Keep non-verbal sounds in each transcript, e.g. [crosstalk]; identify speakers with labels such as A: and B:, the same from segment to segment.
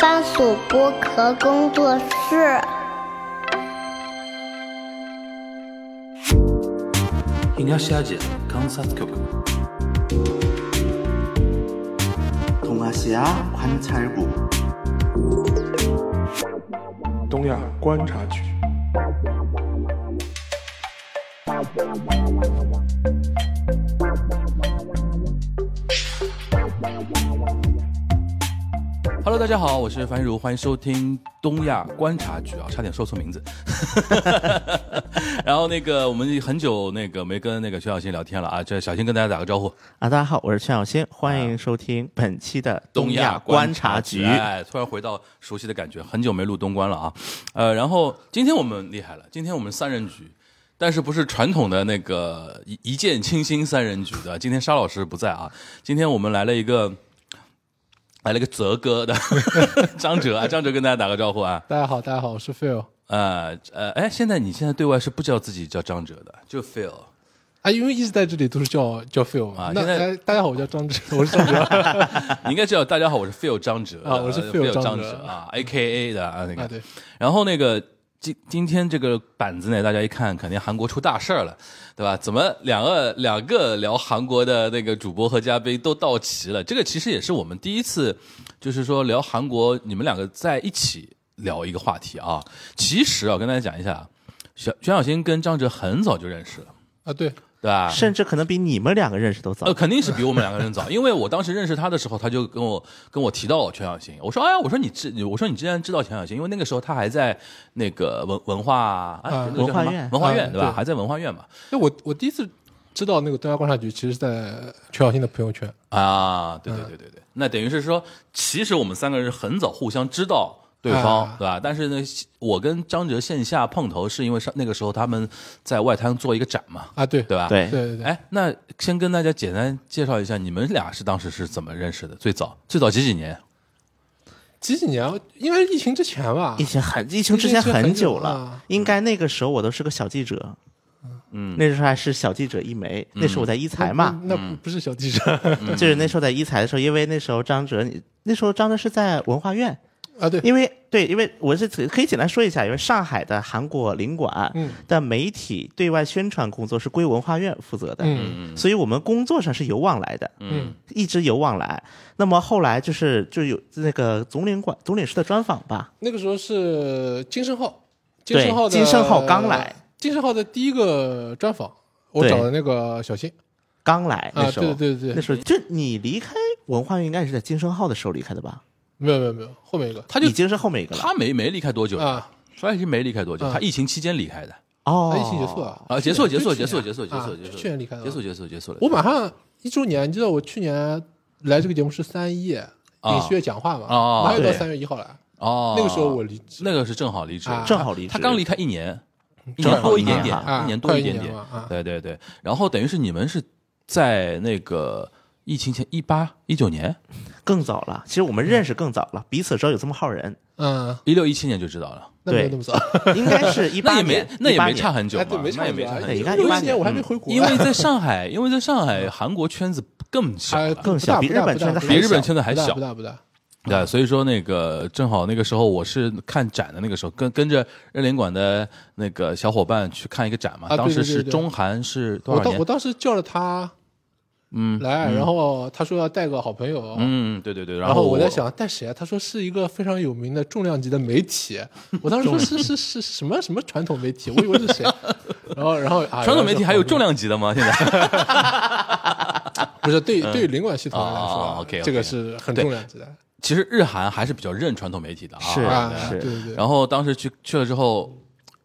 A: 番薯剥壳工作室。
B: 東アジア観察局
C: 동아시아관찰국
D: 东亚观察局。
B: ，Hello，大家好，我是樊如，欢迎收听东亚观察局啊，差点说错名字。然后那个我们很久那个没跟那个全小新聊天了啊，这小新跟大家打个招呼。
E: 啊，大家好，我是陈小新，欢迎收听本期的亚察
B: 哎，突然回到熟悉的感觉，很久没录东关了啊。呃，然后今天我们厉害了，今天我们三人局，但是不是传统的那个一一见倾心三人局的。今天沙老师不在啊，今天我们来了一个。来了个泽哥的 [laughs] 张哲啊，张哲跟大家打个招呼啊，
F: 大家好，大家好，我是 Phil
B: 呃呃，哎，现在你现在对外是不叫自己叫张哲的，就 Phil，
F: 啊，因为一直在这里都是叫叫 Phil 嘛。
B: 啊
F: 那
B: 现在
F: 哎大家好，我叫张哲，我是张哲
B: 你 [laughs] 应该知道。大家好，我是 Phil 张哲
F: 啊我是
B: 呃
F: Phil
B: 张
F: 张
B: 哲
F: 哲
B: 啊，A K A 的啊那个。
F: 啊，对，
B: 然后那个今今天这个板子呢，大家一看，肯定韩国出大事儿了，对吧？怎么两个两个聊韩国的那个主播和嘉宾都到齐了？这个其实也是我们第一次，就是说聊韩国，你们两个在一起聊一个话题啊。其实啊，跟大家讲一下，小全小新跟张哲很早就认识了，
F: 啊对，
B: 对吧？
E: 甚至可能比你们两个认识都早
B: 呃，。肯定是比我们两个人早，因为我当时认识他的时候，他就跟我跟我提到全小新，我说哎呀，我说你知，我说你之前知道全小新，因为那个时候他还在那个文文化、哎
F: 啊
B: 那个叫什么
E: 文化院
B: 文化
F: 啊
B: 院对吧？
F: 对
B: 还在文化院嘛
F: 那哎我我第一次知道那个东亚观察局，其实是在全小新的朋友圈
B: 啊，对对
F: 嗯
B: 对对对，那等于是说，其实我们三个人很早互相知道。对方、
F: 啊
B: 对吧？但是呢，我跟张哲线下碰头是因为上那个时候他们在外滩做一个展嘛，
F: 啊，对，对
B: 对吧？
E: 对，
F: 对对，
B: 哎，那先跟大家简单介绍一下，你们俩是当时是怎么认识的？最早最早几几年？
F: 几几年？应该是疫情之前吧
E: 疫？情很，疫情之前很久
F: 疫情之前很久
E: 了
F: 啊，
E: 应该那个时候我都是个小记者，嗯，那时候还是小记者一枚，那时候我在一财嘛，
F: 嗯
E: 嗯
F: 那那不是小记者
B: 嗯
E: 就是那时候在一财的时候，因为那时候张哲，你那时候张哲是在文化院，
F: 啊，对，
E: 因为对，因为我是可以简单说一下，因为上海的韩国领馆
F: 嗯
E: 的媒体对外宣传工作是归文化院负责的，
F: 嗯
E: 所以我们工作上是有往来的，
F: 嗯，
E: 一直有往来。那么后来就是就有那个总领馆总领事的专访吧，
F: 那个时候是金圣浩，金
E: 对
F: 圣浩的
E: 金圣浩刚来，
F: 金圣浩的第一个专访，我
E: 对
F: 找的那个小新
E: 刚来那
F: 啊，
E: 时候，
F: 对对对
E: 那
F: 对，
E: 时候就你离开文化院应该也是在金生浩的时候离开的吧？
F: 没有没有没有，后面一个
B: 他就
E: 已经是后面一个了。
B: 他没没离开多久
F: 啊，
B: 他也是没离开多久，
F: 啊
B: 他疫情期间离开的
E: 哦，
F: 他疫情结束了
B: 啊，结束了结束了结束了结束了结束了
F: 啊
B: 结束了，
F: 去年离开的
B: 结束结束结束了。
F: 我马上一周年，你知道我去年来这个节目是三一领学讲话嘛，
B: 啊
F: 马上要
E: 对
F: 到三月一号来，
B: 哦，
F: 那个时候我离职
B: 那个是正好离职，
F: 啊嗯
E: 正好离职
B: 他刚离开一年，一
E: 正
B: 年
E: 好
B: 多一
E: 一年
B: 点点
F: 啊，
B: 一年多
F: 快
B: 一
F: 一
B: 点
F: 年
B: 点
F: 了啊，
B: 对对对。然后等于是你们是在那个疫情前一八一九年
E: 更早了。其实我们认识更早了，彼此知道有这么号人，
F: 嗯，
B: 一六一七年就知道了，
F: 那没有
E: 对
F: 那么
B: [laughs]
F: 早，
E: 应该是一
B: 那
E: 八
B: 也没
E: 年，
B: 那也
E: 18
B: 没
E: 年
B: 差很久嘛
F: 哎，对，，没
B: 那
F: 差
B: 也
F: 很
B: 没
F: 久
B: 差
F: 啊，
B: 很久
E: 哎你
F: 因为
E: 看
F: 有
E: 18
F: 一年我还没回国呢，
B: 嗯因为在上海，因为在上海韩国圈子更小
F: 哎
B: 了，
E: 更小
F: 不大
E: 比日本
F: 不大
E: 圈子
F: 不
E: 还
F: 大
B: 比日本圈子还
F: 不大
B: 小
F: 不。大不大，
B: 对，
F: 啊
B: 所以说那个正好那个时候我是看展的那个时候，跟跟着任领馆的那个小伙伴去看一个展嘛，
F: 啊对
B: 当时
F: 对
B: 是
F: 对对
B: 中韩是多
F: 我
B: 少
F: 当
B: 年
F: 我？当时叫了他，嗯，来，然后他说要带个好朋友，
B: 嗯，对对对。
F: 然后
B: 我
F: 我在，想带谁啊？他说是一个非常有名的重量级的媒体。我当时说是是是什么什么传统媒体，我以为是
B: [laughs]
F: 谁。然后然后啊，
B: 传统媒体还有重
F: 量，
B: 量级的吗？现
F: [laughs]
B: 在
F: 不是对对于领馆系统来说
B: 啊
F: 啊
B: 嗯，OK，OK
F: 这个是很重量级的
B: 其实日韩还是比较认传统媒体的啊。
E: 是
F: 啊，
E: 是
F: 对对对，
B: 然后当时去去了之后，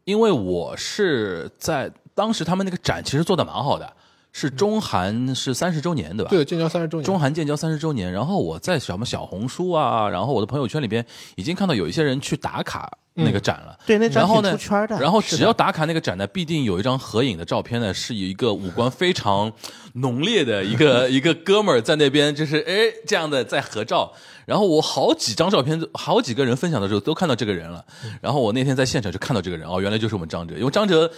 B: 因为我是在当时他们那个展其实做的蛮好的，是中韩是三十周年对吧？
F: 对，建交三十周年，
B: 中韩建交三十周年，然后我在什么小红书啊，然后我的朋友圈里边已经看到有一些人去打卡那个展了。
E: 嗯对那张
B: 然后
E: 挺
B: 呢
E: 出圈的。
B: 然后
E: 是
B: 只
E: 的
B: 要打卡那个展呢，必定有一张合影的照片呢，是一个五官非常浓烈的一
E: [laughs]
B: 个一个哥们儿在那边，就是哎这样的在合照。然后我好几张照片，好几个人分享的时候都看到这个人了。
E: 嗯
B: 然后我那天在现场就看到这个人哦，原来就是我们张哲，因为张哲。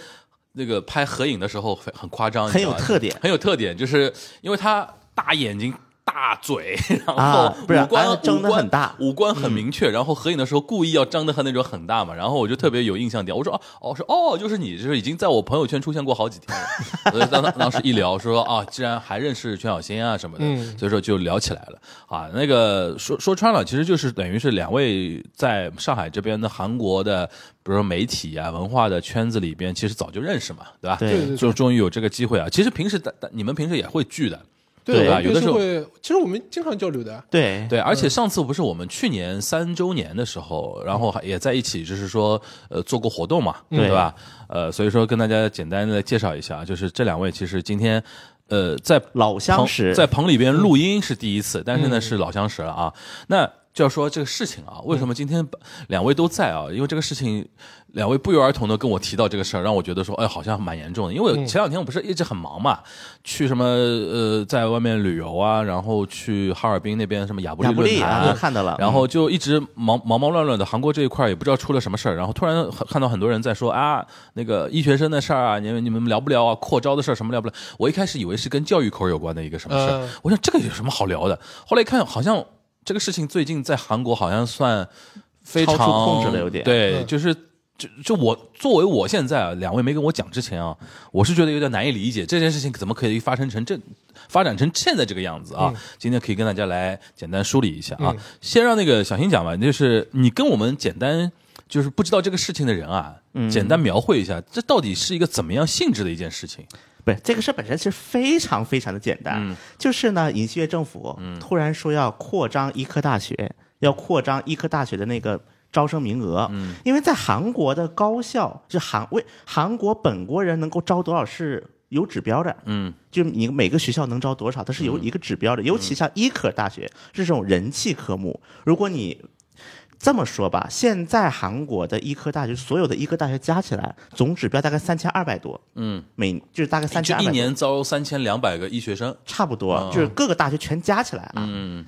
B: 那个拍合影的时候很很夸张，你知道吧
E: 很有特点
B: 很有特点，就是因为他大眼睛、大大嘴， [laughs] 然后
E: 啊不是
B: 五官
E: 啊张
B: 五
E: 得
B: 官
E: 很大
B: 五官很明确，然后合影的时候故意要张得很那种很大嘛，然后我就特别有印象点，我说哦，我说哦，就是你，就是已经在我朋友圈出现过好几天了。我就当当时一聊说啊，既然还认识全小新啊什么的，
F: 嗯
B: 所以说就聊起来了啊。那个说说穿了，其实就是等于是两位在上海这边的韩国的，比如说媒体啊、文化的圈子里边，其实早就认识嘛，对吧？
E: 对
F: 对对对
B: 就终于有这个机会啊。其实平时大大你们平时也会聚的。
F: 对
B: 对吧
F: 我们
B: 有的时
F: 平时
B: 候
F: 会，其实我们经常交流的，啊
E: 对
B: 对，而且上次不是我们去年三周年的时候，然后还也在一起，就是说呃做过活动嘛，对吧？呃，所以说跟大家简单的介绍一下，就是这两位其实今天呃在
E: 老相
B: 棚
E: 识
B: 在棚里
E: 嗯
B: 边录音是第一次，但是呢是老相识了啊。那就要说这个事情
E: 嗯
B: 啊，为什么今天两位都在啊？因为这个事情，两位不约而同的跟我提到这个事儿，让我觉得说，哎，好像蛮严重的。因为
E: 嗯
B: 我前两天我不是一直很忙嘛，去什么呃，在外面旅游啊，然后去哈尔滨那边什么亚布
E: 亚
B: 力
E: 布
B: 论
E: 力
B: 坛
E: 啊，
B: 啊，
E: 我看到了，
B: 然后就一直忙忙忙乱乱的，韩国这一块儿也不知道出了什么事儿，然后突然看到很多人在说啊，那个医学生的事儿啊，你们你们聊不聊啊？扩招的事儿什么聊不聊？我一开始以为是跟教育口有关的一个什么事儿，
F: 嗯
B: 我想这个有什么好聊的？后来一看，好像这个事情最近在韩国好像算非常
E: 超出控制了有点
B: 对，
F: 嗯
B: 就是。就就我作为我现在啊，两位没跟我讲之前啊，我是觉得有点难以理解这件事情怎么可以发生成这发展成现在这个样子啊。今天可以跟大家来简单梳理一下啊。先让那个小新讲吧，就是你跟我们简单就是不知道这个事情的人啊，
E: 嗯
B: 简单描绘一下，这到底是一个怎么样性质的一件事情？
E: 不是这个事儿本身是非常非常的简单，就是呢，尹锡悦政府突然说要扩张医科大学，要扩张医科大学的那个招生名额，因为在韩国的高校是韩为韩国本国人能够招多少是有指标的，
B: 嗯，
E: 就你每个学校能招多少，它是有一个指标的，尤
B: 嗯
E: 其像医科大学是这种人气科目，如果你这么说吧，现在韩国的医科大学所有的医科大学加起来总指标大概三千二百多，
B: 嗯，
E: 每就是大概三
B: 就
E: 千二
B: 一
E: 百
B: 年招三千两百个医学生，
E: 差不多
B: 哦，
E: 就是各个大学全加起来啊。
B: 嗯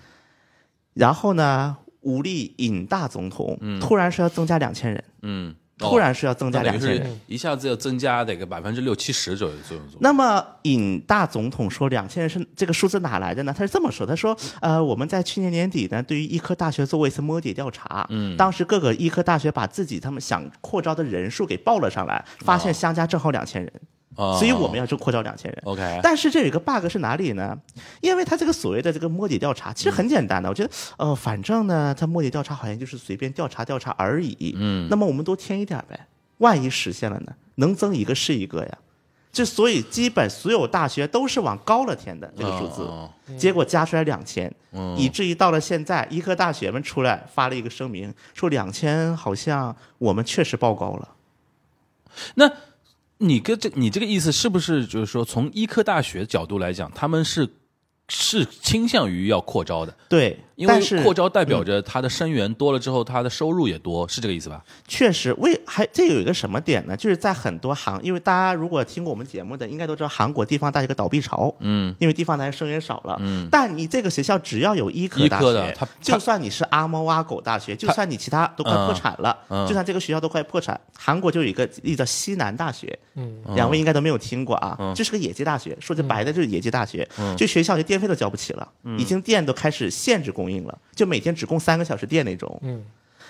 E: 然后呢，吴立尹大总统突然说要增加两千人，
B: 嗯，哦
E: 突然说要增加
B: 那等
E: 两
B: 于
E: 千
B: 是
E: 人。
B: 一下子要增加那个百分之六七十左右左右。
E: 那么尹大总统说两千人是这个数字哪来的呢？他是这么说，他说，呃，我们在去年年底呢，对于医科大学做过一次摸底调查，嗯，当时各个医科大学把自己他们想扩招的人数给报了上来，发现相加正好两千人，
B: 啊，
E: 所以我们要就扩招两千人。
B: OK，
E: 但是这有一个 bug 是哪里呢？因为他这个所谓的这个摸底调查，其实很简单
B: 嗯
E: 的，我觉得，呃，反正呢，他摸底调查好像就是随便调查调查而已。嗯，那么我们多添一点呗，万一实现了呢？能增一个是一个呀。就所以，基本所有大学都是往高了填的这个数字，
B: 哦
E: 结果加出来两千、以至于到了现在，医科大学们出来发了一个声明，说两千好像我们确实报高了。
B: 那你跟这你这个意思是不是就是说，从医科大学角度来讲，他们是是倾向于要扩招的，
E: 对，
B: 因
E: 但
B: 为
E: 是
B: 扩招代表着他的生源多了之后，他的收入也多，是这个意思吧？
E: 确实，为还这有一个什么点呢？就是在很多行，因为大家如果听过我们节目的，应该都知道韩国地方大学的倒闭潮，嗯，因为地方大学生源少了，嗯，但你这个学校只要有医科大
B: 医科的
E: 学
B: 它，
E: 就算你是阿猫阿狗大学，就算你其他嗯都快破产了，就算这个学校都快破产，韩国就有一个例子叫西南大学，嗯，两位应该都没有听过啊，这是个野鸡大学，说句白的就是野鸡大学，这学校就电费都交不起了，已经电都开始限制供应了，就每天只供三个小时电那种，
F: 嗯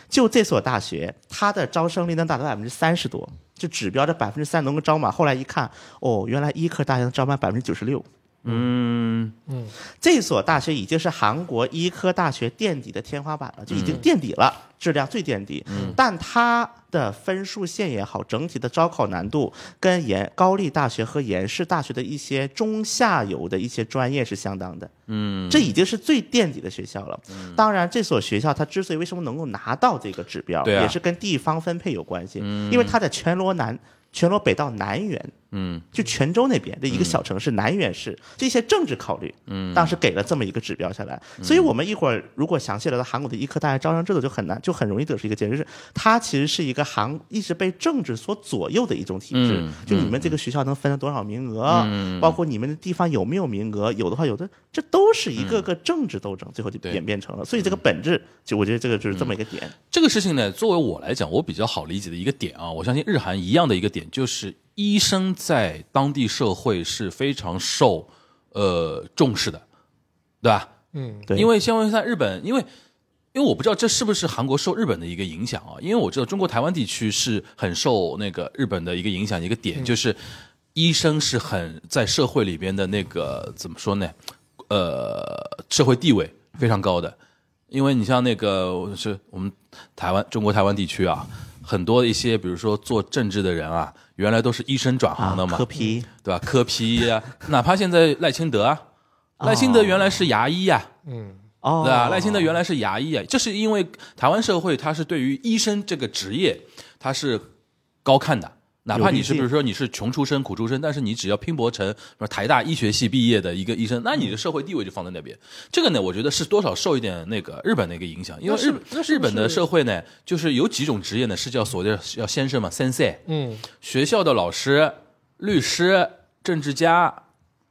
E: 就这所大学，它的招生率能达到百分之三十多，就指标着百分之三能够招满。后来一看，哦，原来医科大学能招满百分之九十六。
B: 嗯，
E: 这所大学已经是韩国医科大学垫底的天花板了，就已
B: 嗯
E: 经垫底了，质量最垫底。但它的分数线也好，整体的招考难度跟延高丽大学和延世大学的一些中下游的一些专业是相当的。嗯，这已经是最垫底的学校了。
B: 嗯
E: 当然，这所学校它之所以为什么能够拿到这个指标，
B: 对啊嗯
E: 也是跟地方分配有关系，因为它在全罗南、全罗北到南园。就泉州那边的
B: 嗯
E: 一个小城市南园市，这些政治考虑，嗯，当时给了这么一个指标下来，
B: 嗯
E: 所以我们一会儿如果详细聊到韩国的医科大学招生制度，就很难，就很容易得出一个结论，就是它其实是一个韩一直被政治所左右的一种体制
B: 嗯，
E: 就你们这个学校能分到多少名额，包括你们的地方有没有名额，有的话有的，这都是一个个政治斗争，最后就
B: 嗯对嗯
E: 演变成了，所以这个本质就我觉得这个就是这么一个点，
B: 这个事情呢，作为我来讲，我比较好理解的一个点啊，我相信日韩一样的一个点，就是医生在当地社会是非常受呃重视的，对吧？
F: 嗯
E: 对，
B: 因为相当于在日本，因为因为我不知道这是不是韩国受日本的一个影响啊，因为我知道中国台湾地区是很受那个日本的一个影响，一个点、
E: 嗯
B: 就是医生是很在社会里边的那个怎么说呢？呃，社会地位非常高的，因为你像那个是我们台湾中国台湾地区啊，很多一些比如说做政治的人啊，原来都是医生转行的嘛，
E: 啊科批
B: 对吧？柯皮呀、哪怕现在赖清德啊，赖清德原来是牙医啊呀、
F: 嗯
E: 哦，
B: 对啊吧？赖清德原来是牙医啊，这是因为台湾社会它是对于医生这个职业它是高看的，哪怕你是
E: 有
B: 比
E: 利器
B: 如说你是穷出身、苦出身，但是你只要拼搏成什么台大医学系毕业的一个医生，那你
F: 嗯
B: 的社会地位就放在那边。这个呢，我觉得是多少受一点那个日本的一个影响，因为
F: 那
B: 日
F: 是
B: 本
F: 那是不是
B: 日本的社会呢，就是有几种职业呢是叫所谓的叫先生嘛，sensei，
F: 嗯，
B: 学校的老师、律师、政治家、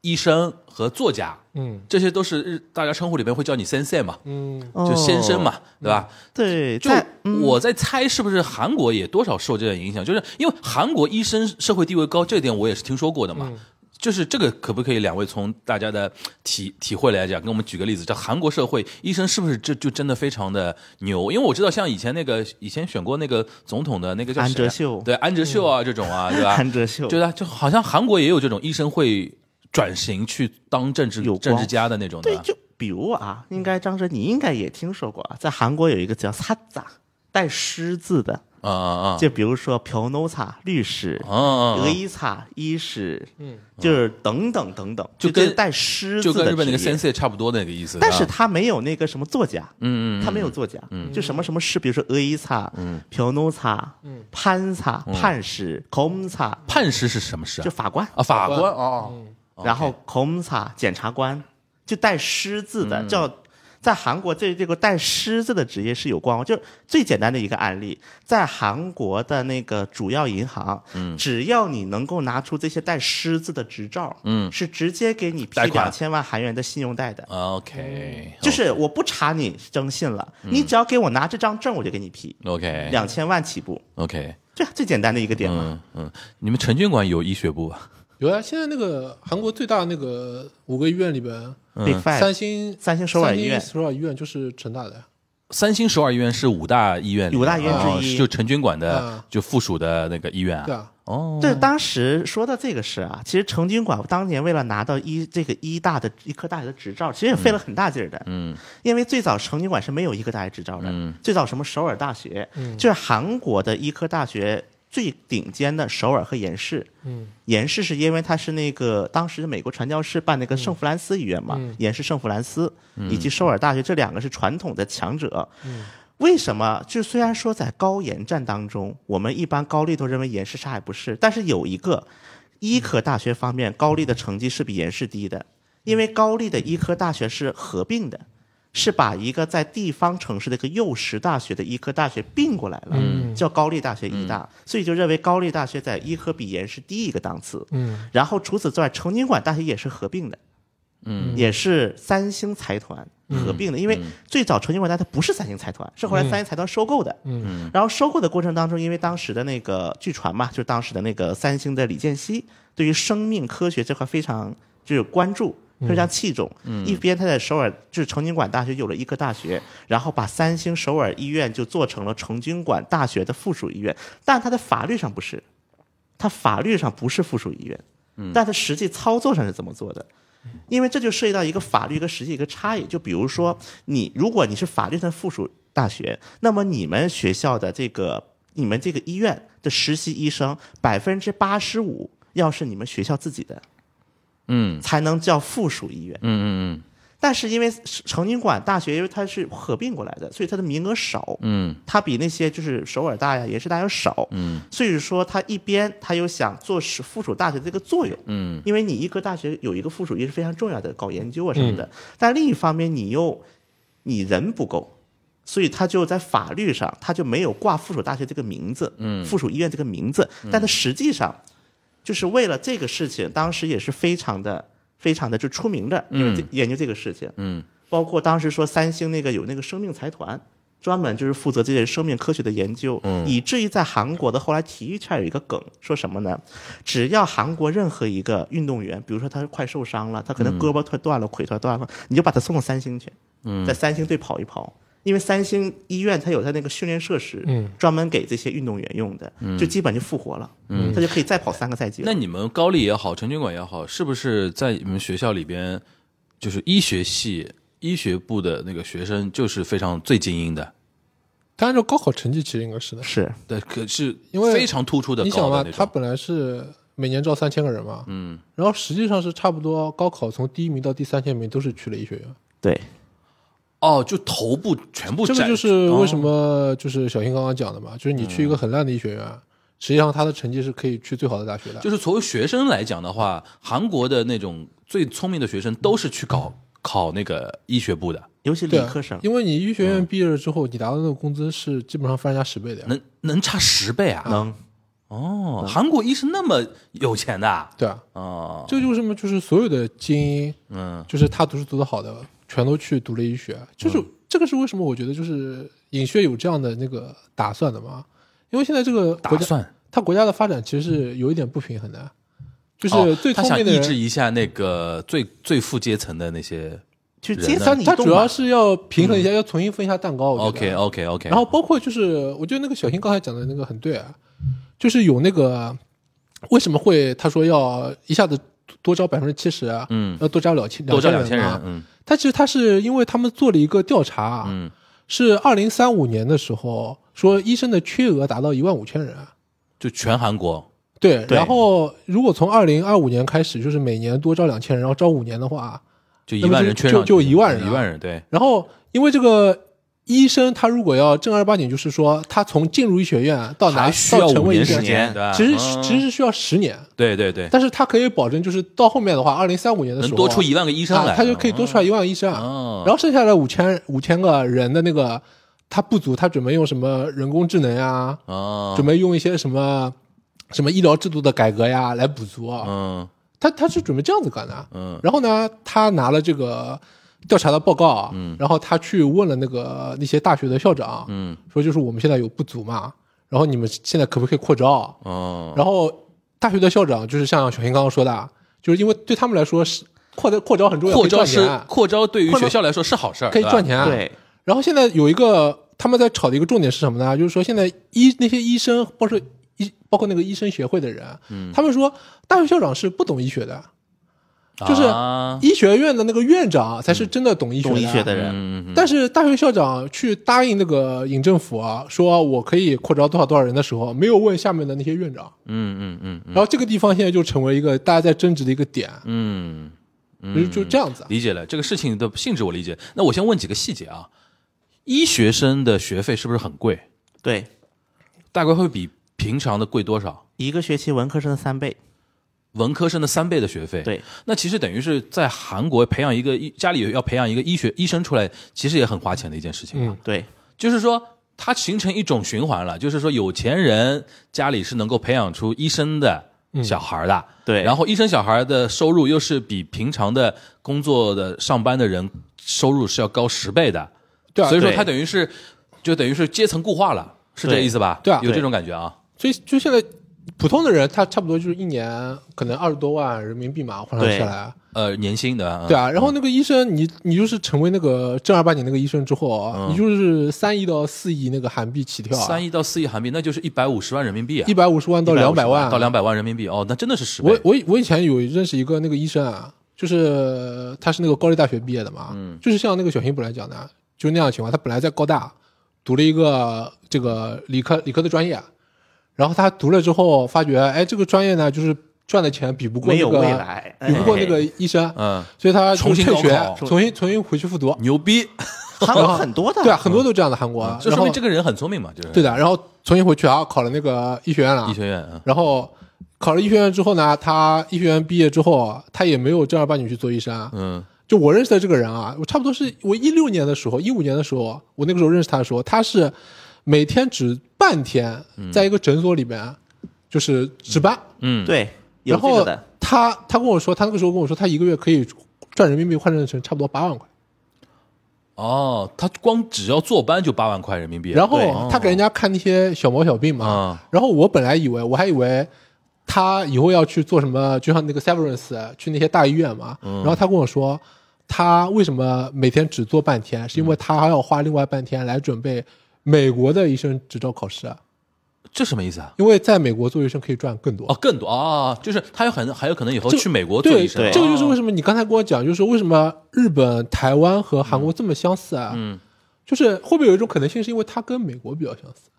B: 医生和作家，
F: 嗯，
B: 这些都是日大家称呼里面会叫你 sensei 嘛，
F: 嗯，
E: 哦
B: 就先生嘛，对吧？
E: 对，
B: 就
E: 在嗯
B: 我在猜，是不是韩国也多少受这点影响？就是因为韩国医生社会地位高，这点我也是听说过的嘛。
E: 嗯
B: 就是这个，可不可以两位从大家的体体会来讲，跟我们举个例子？这韩国社会医生是不是这就真的非常的牛？因为我知道，像以前那个以前选过那个总统的那个叫
E: 安
B: 谁啊
E: 哲秀
B: 对安哲秀啊这种啊，
E: [laughs]
B: 对吧？
E: 韩哲秀
B: 对啊，就好像韩国也有这种医生会转型去当政治
E: 有光
B: 政治家的那种
E: 对
B: 的，，
E: 就比如啊，应该张哲你应该也听说过啊，在韩国有一个叫萨扎带狮字的，
B: 啊啊啊，
E: 就比如说朴诺萨律师，
B: 啊啊
E: 俄
B: 啊
E: 伊萨医师，嗯，就是等等等等，
B: 就
E: 就这
B: 跟
E: 带狮
B: 就
E: 字
B: 跟
E: 的
B: 日本那个
E: 职业
B: sensei 差不多那个意思。
E: 但是
B: 吧
E: 他没有那个什么作家，
B: 嗯嗯嗯嗯
E: 他没有作家，就什么什么诗，比如说俄伊萨、朴诺萨、潘萨、判事、孔萨，
B: 判事是什么事啊
E: 就？法官，
B: 啊，法官哦，
E: 然后孔萨检察官，就带狮字
B: 嗯
E: 的叫。在韩国，这这个带狮字的职业是有光荣，就是最简单的一个案例，在韩国的那个主要银行，
B: 嗯
E: 只要你能够拿出这些带狮字的执照，
B: 嗯
E: 是直接给你批
B: 贷款哦
E: 两千万韩元的信用贷的，
B: 啊，OK，
E: 嗯就是我不查你征信了，
B: 嗯
E: 你只要给我拿这张证，我就给你批
B: 哦 OK
E: 两千万起步，
B: OK，
E: 这最简单的一个点嘛。
B: 嗯嗯，你们陈军馆有医学部吧？
F: 有啊，现在那个韩国最大那个五个医院里边，
B: 嗯
E: Big Five，
F: 三星
E: 三星首尔医院
F: 三星首尔医院就是成大的，
B: 三星首尔医院是五大医院里面，
E: 五大医院之
B: 哦
E: 一
B: 就陈军馆的
F: 嗯
B: 就附属的那个医院
F: 对
B: 啊。
F: 啊，
B: 哦，
E: 对，当时说到这个事啊，其实成均馆当年为了拿到医这个医大的医科大学的执照，其实也费了很大劲儿的。
B: 嗯，
E: 因为最早成均馆是没有医科大学执照的，
B: 嗯
E: 最早什么首尔大学，就是韩国的医科大学最顶尖的首尔和延世。
F: 嗯，
E: 延世是因为它是那个当时美国传教士办那
B: 嗯
E: 个圣弗兰斯医院嘛，延世圣弗兰斯以及首尔大学这两个是传统的强者。为什么？就虽然说在高研战当中，我们一般高丽都认为延世啥也不是，但是有一个医科大学方面，高丽的成绩是比延世低的，因为高丽的医科大学是合并的，是把一个在地方城市的一个幼师大学的医科大学并过来了，叫高丽大学医大，所以就认为高丽大学在医科比延世低一个档次。
F: 嗯
E: 然后除此之外，成均馆大学也是合并的，嗯，也是三星财团合并的，因为最早成均馆大学它不是三星财团，是后来三星财团收购的，嗯，然后收购的过程当中，因为当时的那个据传嘛，就是当时的那个三星的李健熙对于生命科学这块非常就是关注。非常器重，一边他在首尔就是成均馆大学有了医科大学，然后把三星首尔医院就做成了成均馆大学的附属医院，但它的法律上不是，它法律上不是附属医院，但是实际操作上是怎么做的？因为这就涉及到一个法律跟实际一个差异。就比如说，你如果你是法律上附属大学，那么你们学校的这个你们这个医院的实习医生百分之八十五要是你们学校自己的，
B: 嗯
E: 才能叫附属医院。
B: 嗯嗯
E: 但是因为成均馆大学，因为它是合并过来的，所以它的名额少，
B: 嗯
E: 它比那些就是首尔大呀、延世大要少，嗯，所以说它一边它有想做是附属大学这个作用，
B: 嗯
E: 因为你医科大学有一个附属医是非常重要的，搞研究啊什么的。但另一方面，你又你人不够，所以他就在法律上他就没有挂附属大学这个名字，嗯，附属医院这个名字，但他实际上就是为了这个事情，当时也是非常的非常的就出
F: 嗯
E: 名的，因为这研究这个事情，
B: 嗯，
E: 包括当时说三星那个有那个生命财团。专门就是负责这些生命科学的研究，
F: 嗯
E: 以至于在韩国的后来体育圈有一个梗，说什么呢？只要韩国任何一个运动员，比如说他快受伤了，他可
F: 嗯
E: 能胳膊腿断了、腿腿断了，你就把他送到三星去，
F: 嗯
E: 在三星队跑一跑。因为三星医院它有它那个训练设施，专门给这些运动员用的，
F: 嗯
E: 就基本就复活了，他就可以再跑三个赛季了。
B: 那你们高丽也好，成均馆也好，是不是在你们学校里边，就是医学系医学部的那个学生，就是非常最精英的？
F: 他按照高考成绩，其实应该是的。
E: 是
B: 对，可是
F: 因为
B: 非常突出的
F: 你想
B: 高
F: 嘛
B: 的那，
F: 他
B: 种。
F: 本来是每年招三千个人嘛，
B: 嗯，
F: 然后实际上是差不多高考从第一名到第三千名都是去了医学院。
E: 对，
B: 哦，就头部全部
F: 这个
B: 占
F: 就是为什
B: 哦嗯
F: 么就是小新刚刚讲的嘛，就是你去一个很烂的医学院，实际上他的成绩是可以去最好的大学的。
B: 就是作为学生来讲的话，韩国的那种最聪明的学生都是去搞考那个医学部的，
E: 尤其
F: 对
E: 理
F: 啊
E: 科生，
F: 因为你医学
B: 嗯
F: 院毕业了之后，你拿到那个工资是基本上翻人家十倍的呀。
B: 能能差十倍啊！
F: 嗯
E: 能
B: 哦，韩国医生那么有钱的啊
F: 对啊，
B: 哦，
F: 这就是什么？就是所有的精英，
B: 嗯
F: 就是他读书读得好的，全都去读了医学。就是、这个是为什么？我觉得就是尹学有这样的那个打算的嘛。因为现在这个
B: 打
F: 国家，
B: 算
F: 他国家的发展其实是有一点不平衡的，啊就
B: 嗯哦
F: 是最
B: 他
F: 聪
B: 想
F: 明的
B: 抑
F: 人，
B: 制一下那个最最富阶层的那些。
E: 去
B: 人
E: 阶
B: 呢
E: 层移
F: 他
E: 动
F: 主要
E: 嘛。
F: 是要平衡一下，
B: 嗯
F: 要重新分一下蛋糕。我觉得
B: OK OK OK，
F: 然后包括就是，我觉得那个小新刚才讲的那个很对啊，就是有那个为什么会他说要一下子多招百分之七十啊，
B: 嗯，
F: 要多招两千
B: 多招两
F: 千
B: 千人
F: 啊，
B: 嗯
F: 他其实他是因为他们做了一个调查啊，
B: 嗯，
F: 是二零三五年的时候说医生的缺额达到一万五千人啊，
B: 就全韩国，
F: 对，
E: 对
F: 然后如果从二零二五年开始，就是每年多招两千人，然后招五年的话，
B: 就一万人圈上去，
F: 就就一万人啊
B: 一万人，对，
F: 然后因为这个医生他如果要正儿八经，就是说他从进入医学院到拿
B: 还需要
F: 到成
B: 五
F: 为医
B: 年
F: 生
B: 时，间，对吧？
F: 其实
B: 嗯
F: 其实是需要十年，
B: 对对对，
F: 但是他可以保证，就是到后面的话，二零三五年的时
B: 能
F: 候
B: 多出一万个医生
F: 啊
B: 来，
F: 他就可以多出来一万医生啊。
B: 哦
F: 然后剩下的五千五千个人的那个他不足，他准备用什么人工智能呀、
B: 哦，
F: 准备用一些什么什么医疗制度的改革呀来补足啊。
B: 嗯
F: 他他是准备这样子干的。啊
B: 嗯，
F: 然后呢，他拿了这个调查的报告，嗯，然后他去问了那个那些大学的校长，
B: 嗯，
F: 说就是我们现在有不足嘛，然后你们现在可不可以扩招？
B: 哦，
F: 然后大学的校长就是像小新刚刚说的，啊就是因为对他们来说是扩的扩招很重要，
B: 扩招
F: 可以赚
B: 是
F: 钱啊
B: 扩招，对于
F: 扩招
B: 学校来说是好事儿，
F: 可以
B: 对吧
F: 赚。钱。啊
E: 对，
F: 然后现在有一个他们在吵的一个重点是什么呢？就是说现在医那些医生，包括医包括那个医生学会的人，啊
B: 嗯
F: 他们说大学校长是不懂医学的，就是
B: 啊
F: 医学院的那个院
B: 嗯
F: 长啊才是真的懂医学的。
E: 懂医学的人，
B: 嗯，嗯嗯
F: 但是大学校长去答应那个尹政府啊，说我可以扩招多少多少人的时候，没有问下面的那些院长，
B: 嗯嗯嗯嗯
F: 然后这个地方现在就成为一个大家在争执的一个点，
B: 嗯，
F: 就就这样子啊。
B: 理解了这个事情的性质，我理解。那我先问几个细节啊，医学生的学费是不是很贵？
E: 对，
B: 大概会比平常的贵多少？
E: 一个学期文科生的三倍，
B: 文科生的三倍的学费，
E: 对，
B: 那其实等于是在韩国培养一个医，家里要培养一个医学医生出来，其实也很花钱的一件事情啊。
F: 嗯
E: 对，
B: 就是说它形成一种循环了，就是说有钱人家里是能够培养出医生的小孩儿的，
F: 嗯
E: 对
B: 然后医生小孩儿的收入又是比平常的工作的上班的人收入是要高十倍的，
F: 对啊，
B: 所以说
E: 对
B: 它等于是就等于是阶层固化了，是这
E: 对
B: 意思吧？
F: 对啊
B: 有这种感觉啊。
F: 所以就现在普通的人，他差不多就是一年可能二十多万人民币嘛，换算下来，啊
B: 呃，年薪的啊，
F: 对啊。然后那个医生，你你就是成为那个正儿八经那个医生之后啊，你就是三亿到四亿那个韩币起跳啊，
B: 嗯三亿到四亿韩币，那就是一百五十万人民币啊
F: 一，百五十万到两百万啊
B: 到两百万人民币哦，那真的是十倍。
F: 我我以我以前有认识一个那个医生啊，就是他是那个高丽大学毕业的嘛，
E: 嗯
F: 就是像那个小新本来讲的，啊就那样的情况，他本来在高大读了一个这个理科理科的专业，啊然后他读了之后发觉，哎，这个专业呢就是赚的钱比不过
E: 没
F: 那
E: 有
F: 个
E: 未来，
F: 比不过那个
E: 哎
F: 医生，
B: 嗯，
F: 所以他就
B: 重新
F: 退
B: 高
F: 学
B: 考，
F: 重新重新回去复读，
B: 牛逼，
E: 韩国很多的，
F: 对啊，很多都这样的韩国，
B: 嗯就说
F: 然后
B: 明这个人很聪明嘛，就是
F: 对的，然后重新回去啊，考了那个医学院了
B: 医，学院啊，
F: 然后考了医学院之后呢，他医学院毕业之后，他也没有正儿八经去做医生啊。
B: 嗯
F: 就我认识的这个人啊，我差不多是我一六年的时候，一五年的时候，我那个时候认识他的时候，他是每天只半天
E: 嗯
F: 在一个诊所里面，就是值班。
B: 嗯，
E: 对，有
F: 然
E: 这个
F: 后
E: 的，
F: 他他跟我说，他那个时候跟我说，他一个月可以赚人民币换算成差不多八万块。
B: 哦，他光只要坐班就八万块人民币，啊
F: 然后他给人家看那些小毛小病嘛，然后我本来以为我还以为他以后要去做什么，就像那个 Severance 去那些大医院嘛，
B: 嗯
F: 然后他跟我说。他为什么每天只做半天？是因为他还要花另外半天来准备美国的医生执照考试，
B: 这什么意思啊？
F: 因为在美国做医生可以赚更多
B: 哦，。更多啊，就是他有很还有可能以后
F: 这
B: 去美国做
F: 对，
B: 医生，
F: 这个就是为什么你刚才跟我讲，就是为什么日本、台湾和韩国这么相似啊？
B: 嗯，
F: 就是会不会有一种可能性，是因为它跟美国比较相似？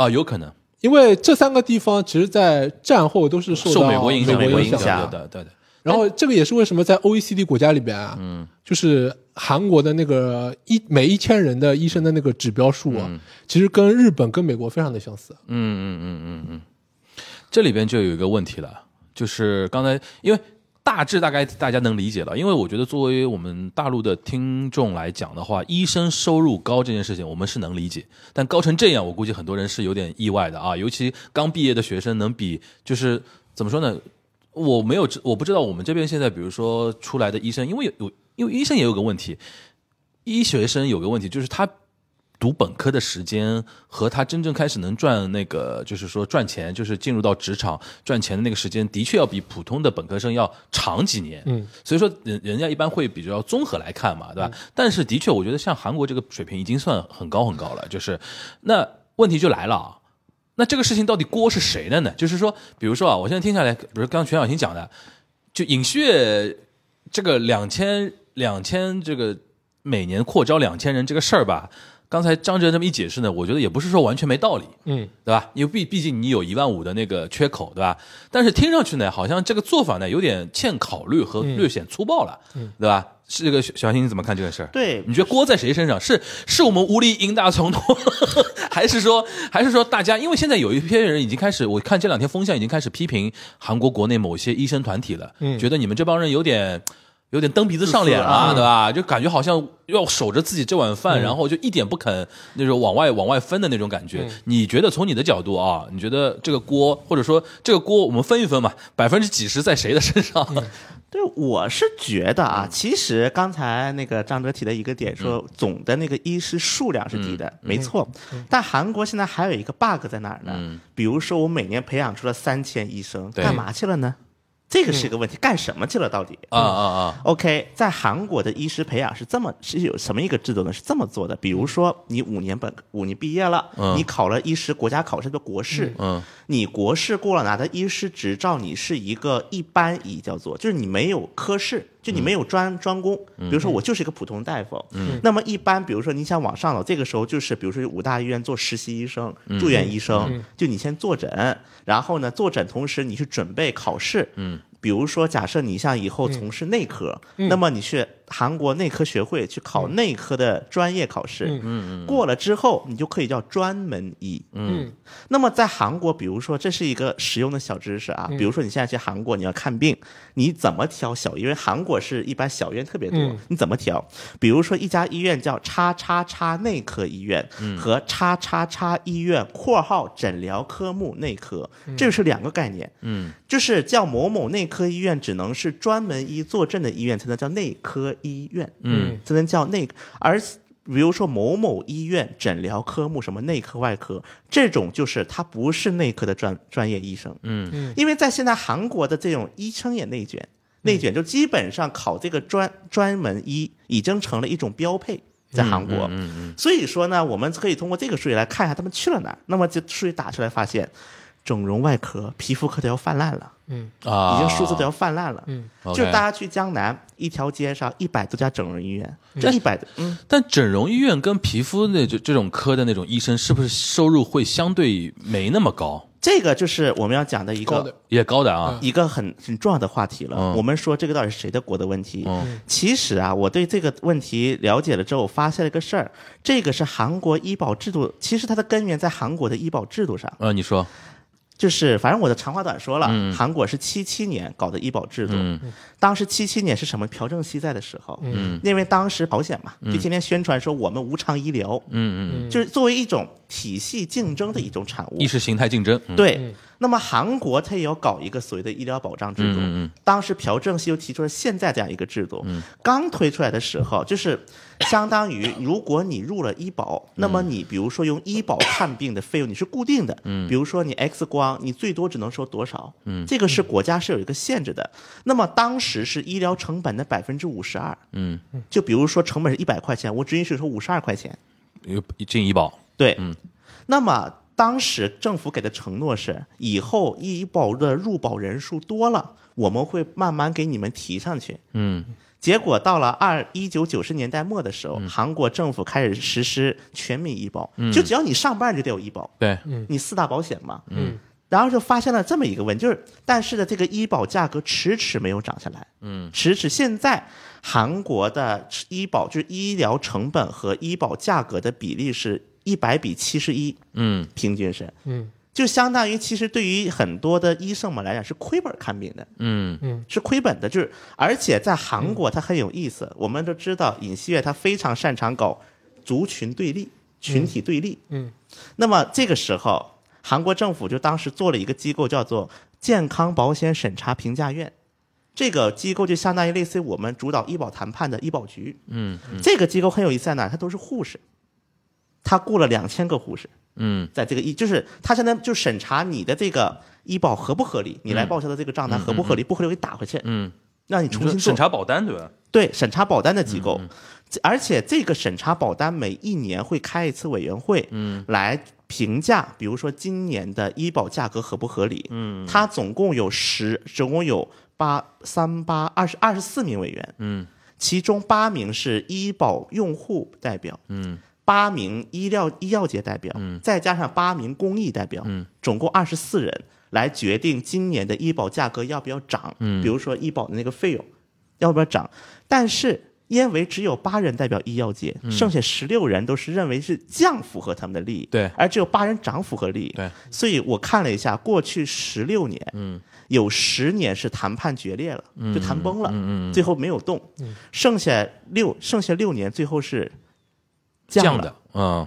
B: 啊，有可能
F: 因为这三个地方其实，在战后都是
B: 受
F: 到
B: 美国影响，
F: 美
B: 国
F: 国
B: 影
E: 影响
B: 对对对对，
F: 然后这个也是为什么在 OECD 国家里边啊，嗯，就是韩国的那个一每一千人的医生的那个指标数啊，其实跟日本跟美国非常的相似。
B: 嗯嗯嗯嗯嗯，这里边就有一个问题了，就是刚才因为大致大概大家能理解了，因为我觉得作为我们大陆的听众来讲的话，医生收入高这件事情我们是能理解，但高成这样，我估计很多人是有点意外的啊，尤其刚毕业的学生能比就是怎么说呢？我没有知，我不知道我们这边现在，比如说出来的医生，因为有有，因为医生也有个问题，医学生有个问题，就是他读本科的时间和他真正开始能赚那个，就是说赚钱，就是进入到职场赚钱的那个时间，的确要比普通的本科生要长几年。嗯，所以说人人家一般会比较综合来看嘛，对吧？但是的确，我觉得像韩国这个水平已经算很高很高了。就是那问题就来了啊，那这个事情到底锅是谁的呢？就是说，比如说啊，我现在听下来，比如刚刚全小新讲的，就尹血这个两千两千这个每年扩招两千人这个事儿吧，刚才张哲这么一解释呢，我觉得也不是说完全没道理，
F: 嗯，
B: 对吧？因为毕毕竟你有一万五的那个缺口，对吧？但是听上去呢，好像这个做法呢有点欠考虑和略显粗暴了，对吧？是这个小小新你怎么看这个事儿？
E: 对
B: 你觉得锅在谁身上？是是我们无力赢大从头， [laughs] 还是说还是说大家？因为现在有一批人已经开始，我看这两天风向已经开始批评韩国国内某些医生团体了，觉得你们这帮人有点有点蹬鼻子上脸了、对吧？就感觉好像要守着自己这碗饭，然后就一点不肯那种往外往外分的那种感觉。你觉得从你的角度啊，你觉得这个锅或者说这个锅，我们分一分吧，百分之几十在谁的身上？
E: 对，我是觉得啊，其实刚才那个张哲提的一个点说，总的那个医师数量是低的，没错。但韩国现在还有一个 bug 在哪儿呢？比如说我每年培养出了三千医生，
B: 对
E: 干嘛去了呢？这个是个问题，干什么去了到底？
B: 啊啊啊！
E: OK，在韩国的医师培养是这么是有什么一个制度呢？是这么做的，比如说你五年本五年毕业了，
B: 嗯
E: 你考了医师国家考试的国试，
B: 嗯，
E: 你国试过了拿到医师执照，你是一个一般医叫做，就是你没有科室，就你没有专、
B: 嗯
E: 专攻。比如说我就是一个普通大夫，那么一般比如说你想往上了，这个时候就是比如说五大医院做实习医生、
B: 嗯
E: 住院医生，就你先坐诊，然后呢坐诊同时你去准备考试，嗯。比如说，假设你像以后从事内科，那么你去韩国内科学会去考内科的专业考试，嗯、过了之后，你就可以叫专门医。
F: 嗯
E: 那么在韩国，比如说这是一个实用的小知识啊，比如说你现在去韩国你要看病，你怎么挑小医院？韩国是一般小医院特别多，
F: 嗯
E: 你怎么挑？比如说一家医院叫叉叉叉内科医院和叉叉叉医院（括号诊疗科目内科），这是两个概念。嗯，就是叫某某内科医院，只能是专门医坐镇的医院才能叫内科医院。
B: 嗯，
E: 才能叫内，而比如说某某医院诊疗科目什么内科、外科这种，就是他不是内科的专专业医生。嗯，因为在现在韩国的这种医生也内卷，内卷就基本上考这个专专门医已经成了一种标配。在韩国，所以说呢，我们可以通过这个数据来看一下他们去了哪儿。那么这数据打出来发现，整容外科、皮肤科都要泛滥了。
B: 啊，
E: 已经数字都要泛滥了。嗯，就
B: OK
E: 大家去江南一条街上一百多家整容医院，这一百嗯，
B: 但整容医院跟皮肤那这这种科的那种医生，是不是收入会相对没那么高？
E: 这个就是我们要讲的一
F: 高
E: 个
F: 的
B: 也高的啊，
E: 一个很很重要的话题了。
B: 嗯
E: 我们说这个到底是谁的国的问题？
B: 嗯
E: 其实啊，我对这个问题了解了之后，我发现了一个事儿，这个是韩国医保制度，其实它的根源在韩国的医保制度上。
B: 呃，你说，
E: 就是反正我的长话短说了，
B: 嗯
E: 韩国是七七年搞的医保制度，当时七七年是什么？朴正熙在的时候，
B: 嗯
E: 因为当时保险嘛，就天天宣传说我们无偿医疗，
B: 嗯嗯
E: 就是作为一种体系竞争的一种产物
B: 意。识形态竞争，嗯
E: 对，那么韩国它也要搞一个所谓的医疗保障制度。
B: 嗯嗯嗯
E: 当时朴正熙又提出了现在这样一个制度。刚推出来的时候，就是相当于如果你入了医保，那
B: 嗯
E: 么你比如说用医保看病的费用你是固定的，比如说你 X 光你最多只能收多少，
B: 嗯
E: 这个是国家是有一个限制的。那么当时是医疗成本的百分之五十二，
B: 嗯，
E: 就比如说成本是一百块钱，我只允许收五十二块钱。
B: 有进医保，
E: 对，那么当时政府给的承诺是，以后医保的入保人数多了，我们会慢慢给你们提上去。
B: 嗯，
E: 结果到了二一九九十年代末的时候，韩国政府开始实施全民医保，就只要你上班就得有医保，
B: 对，
E: 你四大保险嘛。
F: 嗯，
E: 然后就发现了这么一个问题，就是但是呢，这个医保价格迟迟没有涨下来，嗯，迟迟现在韩国的医保就是医疗成本和医保价格的比例是一百比七十一，
B: 嗯
E: 平均是，
F: 嗯，
E: 就相当于其实对于很多的医生们来讲是亏本看病的，
B: 嗯
E: 是亏本的，就是而且在
F: 嗯
E: 韩国它很有意思，我们都知道尹锡悦他非常擅长搞族群对立、群体对立，
F: 嗯嗯
E: 那么这个时候韩国政府就当时做了一个机构叫做健康保险审查评价院。这个机构就相当于类似于我们主导医保谈判的医保局，
B: 嗯
E: 这个机构很有意思在哪儿？它都是护士，他雇了两千个护士，
B: 嗯
E: 在这个医，就是他现在就审查你的这个医保合不合理，你
F: 嗯
E: 来报销的这个账单合不合理，不合理我给你打回去，
B: 嗯，
E: 让你重新做
B: 审查保单对吧？
E: 对审查保单的机构，这而且这个审查保单每一年会开一次委员会，嗯，来评价，比如说今年的医保价格合不合理，嗯，它总共有十，总共有八三八二十二十四名委员，
B: 嗯，
E: 其中八名是医保用户代表，
B: 嗯，
E: 八名医疗医药界代表，嗯，再加上八名公益代表，嗯，总共二十四人来决定今年的医保价格要不要涨，嗯，比如说医保的那个费用要不要涨，但是。因为只有八人代表医药界，剩下十六人都是认为是降符合他们的利益，
B: 对
E: 而只有八人涨符合利益，
B: 对，
E: 所以我看了一下，过去十六年，嗯，有十年是谈判决裂了，就谈崩了，嗯最后没有动，剩下六剩下六年最后是降
B: 降
E: 了，
B: 的，嗯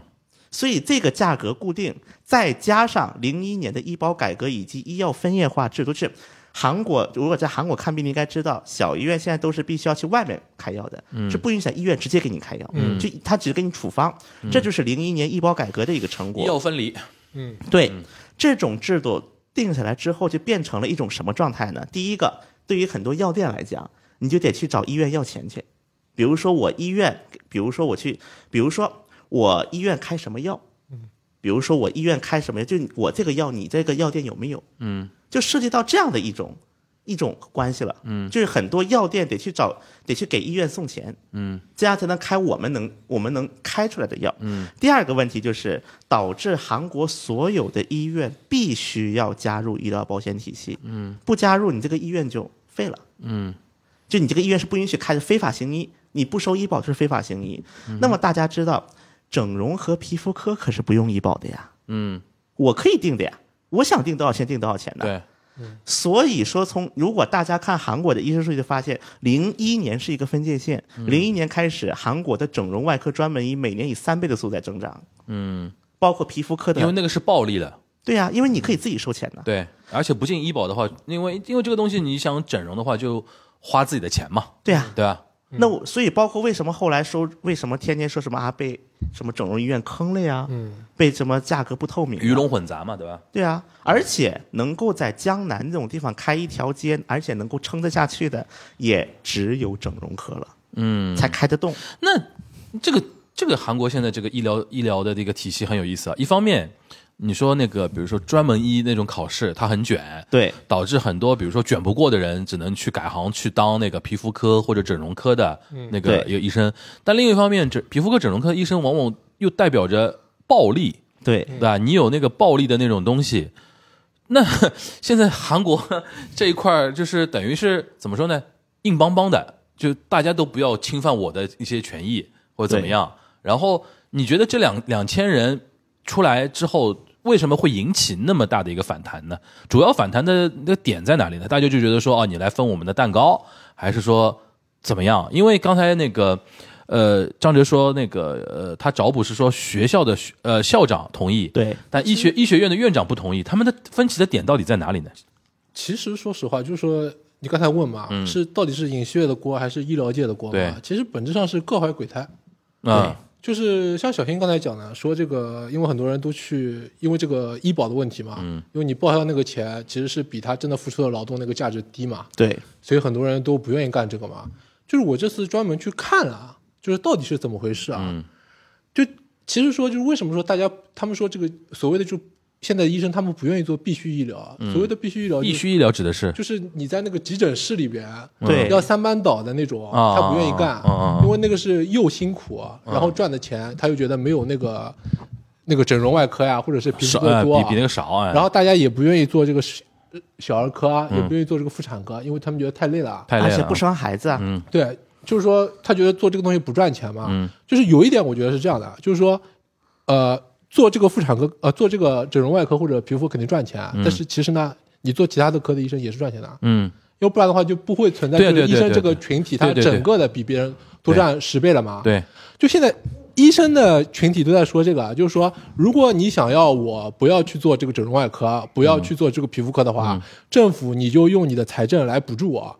E: 所以这个价格固定，再加上零一年的医保改革以及医药分业化制度，是韩国如果在韩国看病，你应该知道，小医院现在都是必须要去外面开药的，
B: 嗯
E: 是不允许在医院直接给你开药，就他只给你处方，这就是零一年医保改革的一个成果。
B: 医药分离，
E: 对，这种制度定下来之后，就变成了一种什么状态呢？第一个，对于很多药店来讲，你就得去找医院要钱去。比如说我医院，比如说我去，比如说我医院开什么药，比如说我医院开什么药，就我这个药，你这个药店有没有？嗯，就涉及到这样的一种一种关系了。嗯，就是很多药店得去找，得去给医院送钱。嗯，这样才能开我们能我们能开出来的药。嗯，第二个问题就是导致韩国所有的医院必须要加入医疗保险体系。嗯，不加入你这个医院就废了。嗯，就你这个医院是不允许开的非法行医，你不收医保就是非法行医。那么大家知道，整容和皮肤科可是不用医保的呀。
B: 嗯，
E: 我可以定的呀，我想定多少钱定多少钱的。
B: 对，
E: 所以说从，如果大家看韩国的医生数据，就发现零一年是一个分界线，零一年开始，韩国的整容外科专门医每年以三倍的速度在增长，
B: 嗯，
E: 包括皮肤科
B: 因为
E: 的。
B: 那个是暴利的，
E: 对呀、因为你可以自己收钱的。
B: 对，而且不进医保的话，因为因为这个东西你想整容的话就花自己的钱嘛，
E: 对呀、
B: 对吧？
E: 那我所以包括为什么后来说为什么天天说什么啊被什么整容医院坑了呀，
F: 嗯，
E: 被什么价格不透明啊，
B: 鱼龙混杂嘛，对吧？
E: 对啊，而且能够在江南这种地方开一条街，而且能够撑得下去的，也只有整容科了，嗯，才开得动。
B: 那这个这个韩国现在这个医疗医疗的这个体系很有意思啊。一方面，你说那个比如说专门医那种考试，它很卷，
E: 对
B: 导致很多比如说卷不过的人，只能去改行去当那个皮肤科或者整容科的那个
E: 对
B: 一个医生。但另一方面，这皮肤科、整容科的医生往往又代表着暴力，
E: 对，
B: 对吧？你有那个暴力的那种东西。那 [laughs] 现在韩国 [laughs] 这一块儿就是等于是怎么说呢？硬邦邦的，就大家都不要侵犯我的一些权益或者怎么样。然后你觉得这两两千人出来之后，为什么会引起那么大的一个反弹呢？主要反弹的那个点在哪里呢？大家就觉得说，哦，你来分我们的蛋糕，还是说怎么样？因为刚才那个呃，张哲说那个呃，他找补是说学校的学呃校长同意，
E: 对，
B: 但医
F: 嗯
B: 学医学院的院长不同意，他们的分歧的点到底在哪里呢？
F: 其实说实话，就是说你刚才问嘛，是到底是影视业的锅还是医疗界的锅
B: 嗯对
F: 嘛？其实本质上是各怀鬼胎。
B: 啊，
F: 就是像小新刚才讲的，说这个，因为很多人都去，因为这个医保的问题嘛，因为你报销那个钱其实是比他真的付出的劳动那个价值低嘛，
E: 对，
F: 所以很多人都不愿意干这个嘛。就是我这次专门去看了啊，就是到底是怎么回事啊？就其实说，就是为什么说大家他们说这个所谓的就现在医生他们不愿意做必须医疗啊，所谓的必须医疗、就是，
B: 必须医疗指的是
F: 就是你在那个急诊室里边，
E: 对
F: 要三班倒的那种，
B: 啊
F: 他不愿意干
B: 啊啊啊，
F: 因为那个是又辛苦，然后赚的钱他又觉得没有那个那个整容外科呀，或者是皮肤
B: 少，
F: 科
B: 哎比
F: 多，啊
B: 比那个少哎，
F: 然后大家也不愿意做这个小小儿科啊，也
B: 嗯
F: 不愿意做这个妇产科，因为他们觉得太累了。
B: 太累
E: 而
B: 了
E: 且
B: 啊，
E: 不生孩子啊，
F: 对，就是说他觉得做这个东西不赚钱嘛，
B: 嗯
F: 就是有一点我觉得是这样的，就是说，呃，做这个妇产科呃做这个整容外科或者皮肤肯定赚钱，啊但是其实呢，你做其他的科的医生也是赚钱的，啊
B: 嗯，
F: 要不然的话就不会存在
B: 对
F: 这
B: 对
F: 个医
B: 对
F: 生
B: 对
F: 这个
B: 对
F: 群体，
B: 对
F: 他
B: 对对
F: 整个的比别人多占十倍了嘛。，
B: 对，
F: 就现在医生的群体都在说这个啊，就是说，如果你想要我不要去做这个整容外科，不要去做这个皮肤科的话，
B: 嗯
F: 政府你就用你的财政来补助我。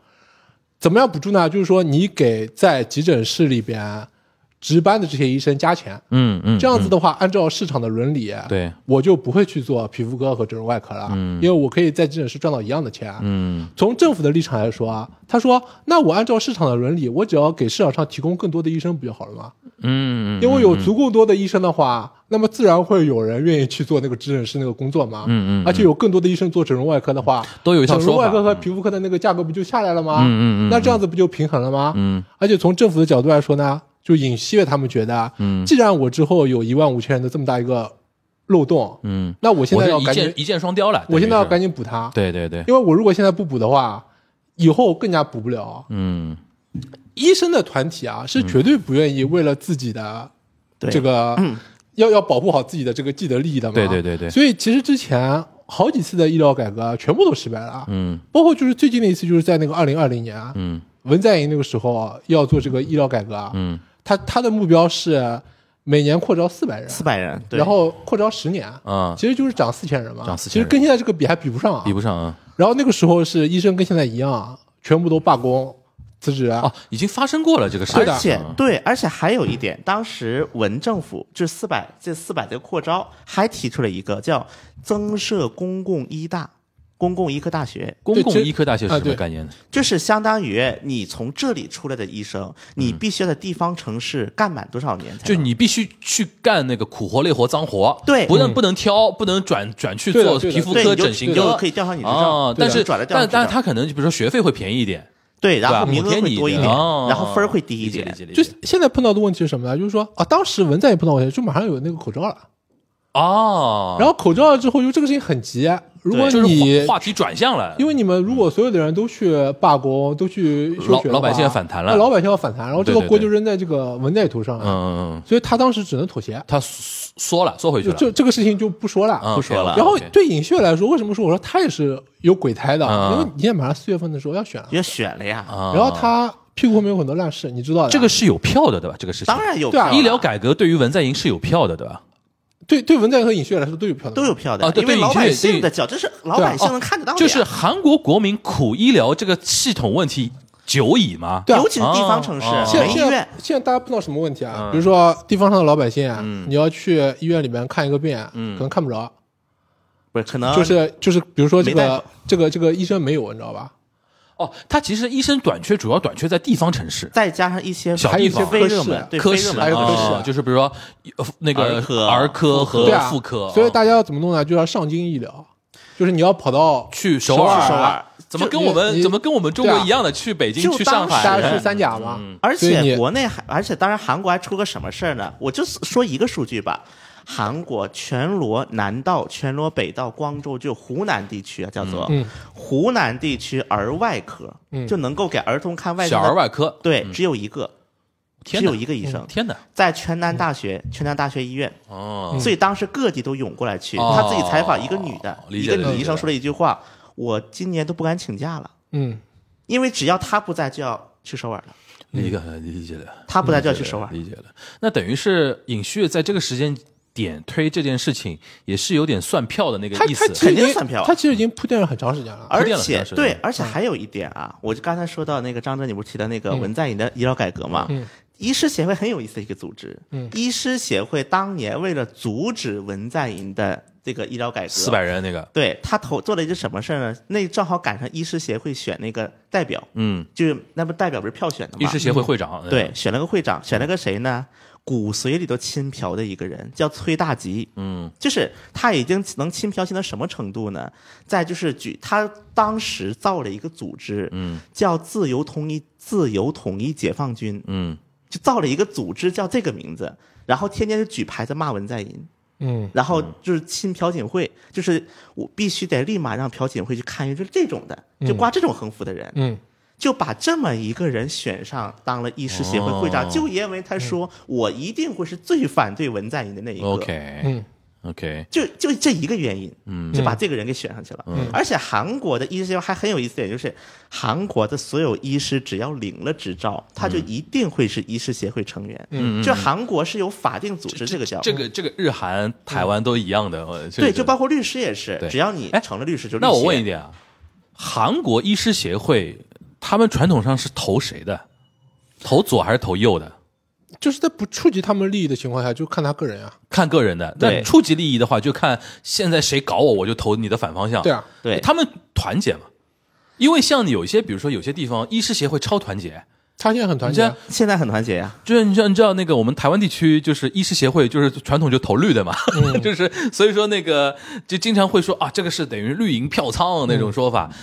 F: 怎么样补助呢？就是说你给在急诊室里边值班的这些医生加钱。
B: 嗯嗯，
F: 这样子
B: 嗯
F: 的话，按照市场的伦理，
B: 对，
F: 我就不会去做皮肤科和整容外科了，因为我可以在急诊室赚到一样的钱。
B: 嗯
F: 从政府的立场来说啊，他说：“那我按照市场的伦理，我只要给市场上提供更多的医生不就好了吗？
B: 嗯，嗯
F: 因为有足够多的医生的话，那么自然会有人愿意去做那个急诊室那个工作嘛。
B: 嗯嗯嗯
F: 而且有更多的医生做整容外科的话，
B: 都有一套
F: 整容
B: 说法
F: 外科和皮肤科的那个价格不就下来了吗？
B: 嗯嗯嗯
F: 那这样子不就平衡了吗？
B: 嗯，
F: 而且从政府的角度来说呢，就尹锡悦他们觉得，嗯，既然我之后有一万五千人的这么大一个漏洞，
B: 嗯，
F: 那我现
B: 我
F: 在
B: 是
F: 要
B: 一
F: 赶紧
B: 箭，一箭双雕了，
F: 我现在要赶
B: 紧，
F: 紧补它。
B: 对对对，
F: 因为我如果现在不补的话，以后更加补不了。
B: 嗯
F: 医生的团体啊，是绝对不愿意为了自己的
E: 对
F: 这个、要要保护好自己的这个既得利益的嘛。
B: 嗯对对对对
F: 所以其实之前好几次的医疗改革啊全部都失败了，
B: 嗯
F: 包括就是最近的一次，就是在那个二零二零年，啊
B: 嗯
F: 文在寅那个时候啊要做这个医疗改革，啊
B: 嗯
F: 他他的目标是每年扩招四百人，
E: 四百人，对
F: 然后扩招十年。
B: 啊，
F: 其实就是涨四千人嘛，
B: 涨4000人
F: 其实跟现在这个比还比不上啊，
B: 比不上啊，
F: 然后那个时候是医生跟现在一样，全部都罢工辞职。啊
B: 哦，已经发生过了这个事儿，
F: 对的
E: 而且
B: 嗯
E: 对，而且还有一点，当时文政府这四百这四百的扩招，还提出了一个叫增设公共医大、公共医科大学，
B: 公
F: 对
B: 共
F: 这
B: 医科大学是
F: 啊
B: 什么
F: 对
B: 概念呢？
E: 就是相当于你从这里出来的医生，你必须要在地方城市干满多少年才能
B: 嗯就你必须去干那个苦活累活脏活，
E: 对
B: 不能不能挑，不能转转去
F: 对的
B: 做
F: 对的
B: 皮肤
E: 对
B: 科、
E: 你就
B: 整形
E: 对
B: 科，
E: 可以调上你的账
B: 啊。
E: 对
B: 但
E: 的
B: 是
E: 转了调上
B: 但
E: 你的
B: 但是
E: 账
B: 他可能就比如说学费会便宜一点，
E: 对，然
B: 对吧
E: 后名额
B: 补贴
E: 会
B: 你
E: 多一
B: 一
E: 点，
B: 点哦
E: 然后分儿会低一
B: 理解理
E: 点
B: 解，理
F: 就
B: 解。
F: 现在碰到的问题是什么呢？就是说啊，当时文在寅碰到问题，就马上有那个口罩了，
B: 啊哦，
F: 然后口罩了之后，就这个事情很急。如果
B: 就是
F: 你
B: 话话题转向了，
F: 因为你们如果所有的人都去罢工，都去休学的话，
B: 老老百姓要反弹了
F: 那老百姓要反弹，然后这
B: 对
F: 个
B: 对
F: 锅
B: 对
F: 就扔在这个文在寅头上
B: 嗯
F: 了，
B: 嗯嗯，
F: 所以他当时只能妥协，
B: 他缩缩了，缩回去
F: 就
B: 了，
F: 这这个事情就不说了。
B: 嗯
E: 不说了
F: 然后
B: OK，OK
F: 对尹旭来说，为什么说我说他也是有鬼胎的？
B: 嗯
F: 因为你现在马上四月份的时候要选了，
E: 要选了呀，
B: 啊
F: 然后他屁股后面有很多烂事，你知道的。
B: 这个是有票的，对吧？这个事情
E: 当然有
F: 对啊
E: 票了
B: 医疗改革对于文在寅是有票的，对吧？
F: 对对，文在寅和尹旭来说都有票的，
E: 都有票的，
B: 啊对
E: 因为
B: 对
E: 老
B: 你这
E: 百
B: 也
E: 姓
B: 对
E: 的脚，这是老百姓
B: 哦
E: 能看得到的呀，
B: 就是韩国国民苦医疗这个系统问题久矣吗？
F: 对啊
E: 尤其是地方城
B: 哦
E: 市
B: 哦
E: 没
F: 现
E: 医
F: 现
E: 院
F: 在。现在大家碰到什么问题
B: 嗯
F: 啊？比如说地方上的老百姓啊，你要去医院里面看一个病，
B: 嗯
F: 可能看不着，
E: 不是，可
B: 啊
E: 能
F: 就是就是，比如说这
E: 没大夫
F: 个这个这个医生没有，你知道吧？
B: 哦，它其实医生短缺，主要短缺在地方城市。
E: 再加上一些
B: 小
F: 还有一些
B: 地方
E: 非
F: 科
E: 热
F: 室
E: 门，对
B: 科
E: 非热
B: 室
E: 门
F: 还有科室
B: 啊就是比如说呃那个
E: 儿科
B: 儿科和
F: 对啊，
B: 妇科，
F: 所以
B: 啊
F: 大家要怎么弄呢？就要上京医疗，就是你要跑到
B: 去首
F: 尔
B: 尔，
F: 啊首
E: 尔
B: 怎么
F: 就
B: 跟我们
F: 你
B: 怎么跟我们中国
F: 对啊
B: 一样的去北京
E: 就
B: 去上
E: 当时
F: 大家
B: 海嗯
F: 去？三甲嘛，
E: 而
F: 所以
E: 且
F: 你
E: 国内还，而且当然韩国还出个什么事儿呢？我就说一个数据吧，韩国全罗南道、全罗北道、光州就湖南地区啊，叫做、
F: 嗯
E: 湖南地区儿外科、
F: 嗯
E: 就能够给儿童看外
B: 小
E: 伤
B: 儿
E: 的，
B: 外科，
E: 对，只有一个，只
B: 天哪嗯
E: 有一个医生，
B: 天哪！
E: 在全南大学、全南大学医院。
B: 哦，
E: 所以当时各地都涌过来去。
B: 哦
E: 他自己采访一个女的，
B: 理
E: 一
B: 解了
E: 个女
B: 理解
E: 医
B: 了
E: 生说了一句话：“我今年都不敢请假了，
F: 嗯，
E: 因为只要她不在，就要去首尔了。
B: 理解了，理解了。
E: 他不来就要去首尔，
B: 理解了。那等于是尹旭在这个时间点推这件事情，也是有点算票的那个
F: 他
B: 意
F: 他
B: 思。
F: 其实
E: 肯
F: 已
E: 定
F: 经
E: 算票啊
F: 他其实已经铺垫了很长时间了。
E: 而
B: 铺垫了
E: 且
B: 是吧
E: 对，而且还有一点啊，我就刚才说到那个张哲，你不是提到那个
B: 嗯
E: 文在寅的医疗改革嘛？
F: 嗯
E: 医师协会很有意思的一个组织。
F: 嗯
E: 医师协会当年为了阻止文在寅的这个医疗改革，
B: 四百人那个，
E: 对他投做了一件什么事儿呢？那正好赶上医师协会选那个代表，
B: 嗯，
E: 就是那不代表不是票选的
B: 医
E: 嘛？
B: 师协会会长，嗯
E: 对，，选了个会长，选了个谁呢？骨髓里都亲嫖的一个人叫崔大吉，嗯，就是他已经能亲嫖亲到什么程度呢？在就是举他当时造了一个组织，嗯，叫自由统一自由统一解放军，
B: 嗯，
E: 就造了一个组织叫这个名字，然后天天就举牌子骂文在寅，
F: 嗯，
E: 然后就是亲朴槿惠，就是我必须得立马让朴槿惠去看一就是这种的，就挂这种横幅的人，
F: 嗯，
E: 就把这么一个人选上当了医师协会会长，
B: 哦
E: 就因为他说我一定会是最反对文在寅的那一个。
B: OK，
F: 嗯
B: OK，
E: 就就这一个原因，嗯，就把这个人给选上去了。嗯，而且韩国的医师协会还很有意思的一点，就是韩国的所有医师只要领了执照，他
B: 嗯
E: 就一定会是医师协会成员。嗯，就韩国是有法定组织这个叫
B: 这个这个日韩、台湾都一样的，呃
E: 嗯对，
B: 这
E: 就
B: 个
E: 包括律师也是
B: 对，
E: 只要你
B: 哎
E: 成了律师就律
B: 那我问
E: 协
B: 一点啊，韩国医师协会他们传统上是投谁的？投左还是投右的？
F: 就是在不触及他们利益的情况下，就看他个人啊。
B: 看个人的。
E: 对
B: 但触及利益的话，就看现在谁搞我，我就投你的反方向。
F: 对啊，
E: 对
B: 他们团结嘛。因为像有一些，比如说有些地方医师协会超团结，
F: 他现在很团结啊，
E: 现在很团结呀、
B: 就是你知道，你知道那个我们台湾地区就是医师协会，就是传统就投绿的嘛，[laughs]
F: 嗯
B: 就是所以说那个就经常会说啊，这个是等于绿营票仓那种说法。
F: 嗯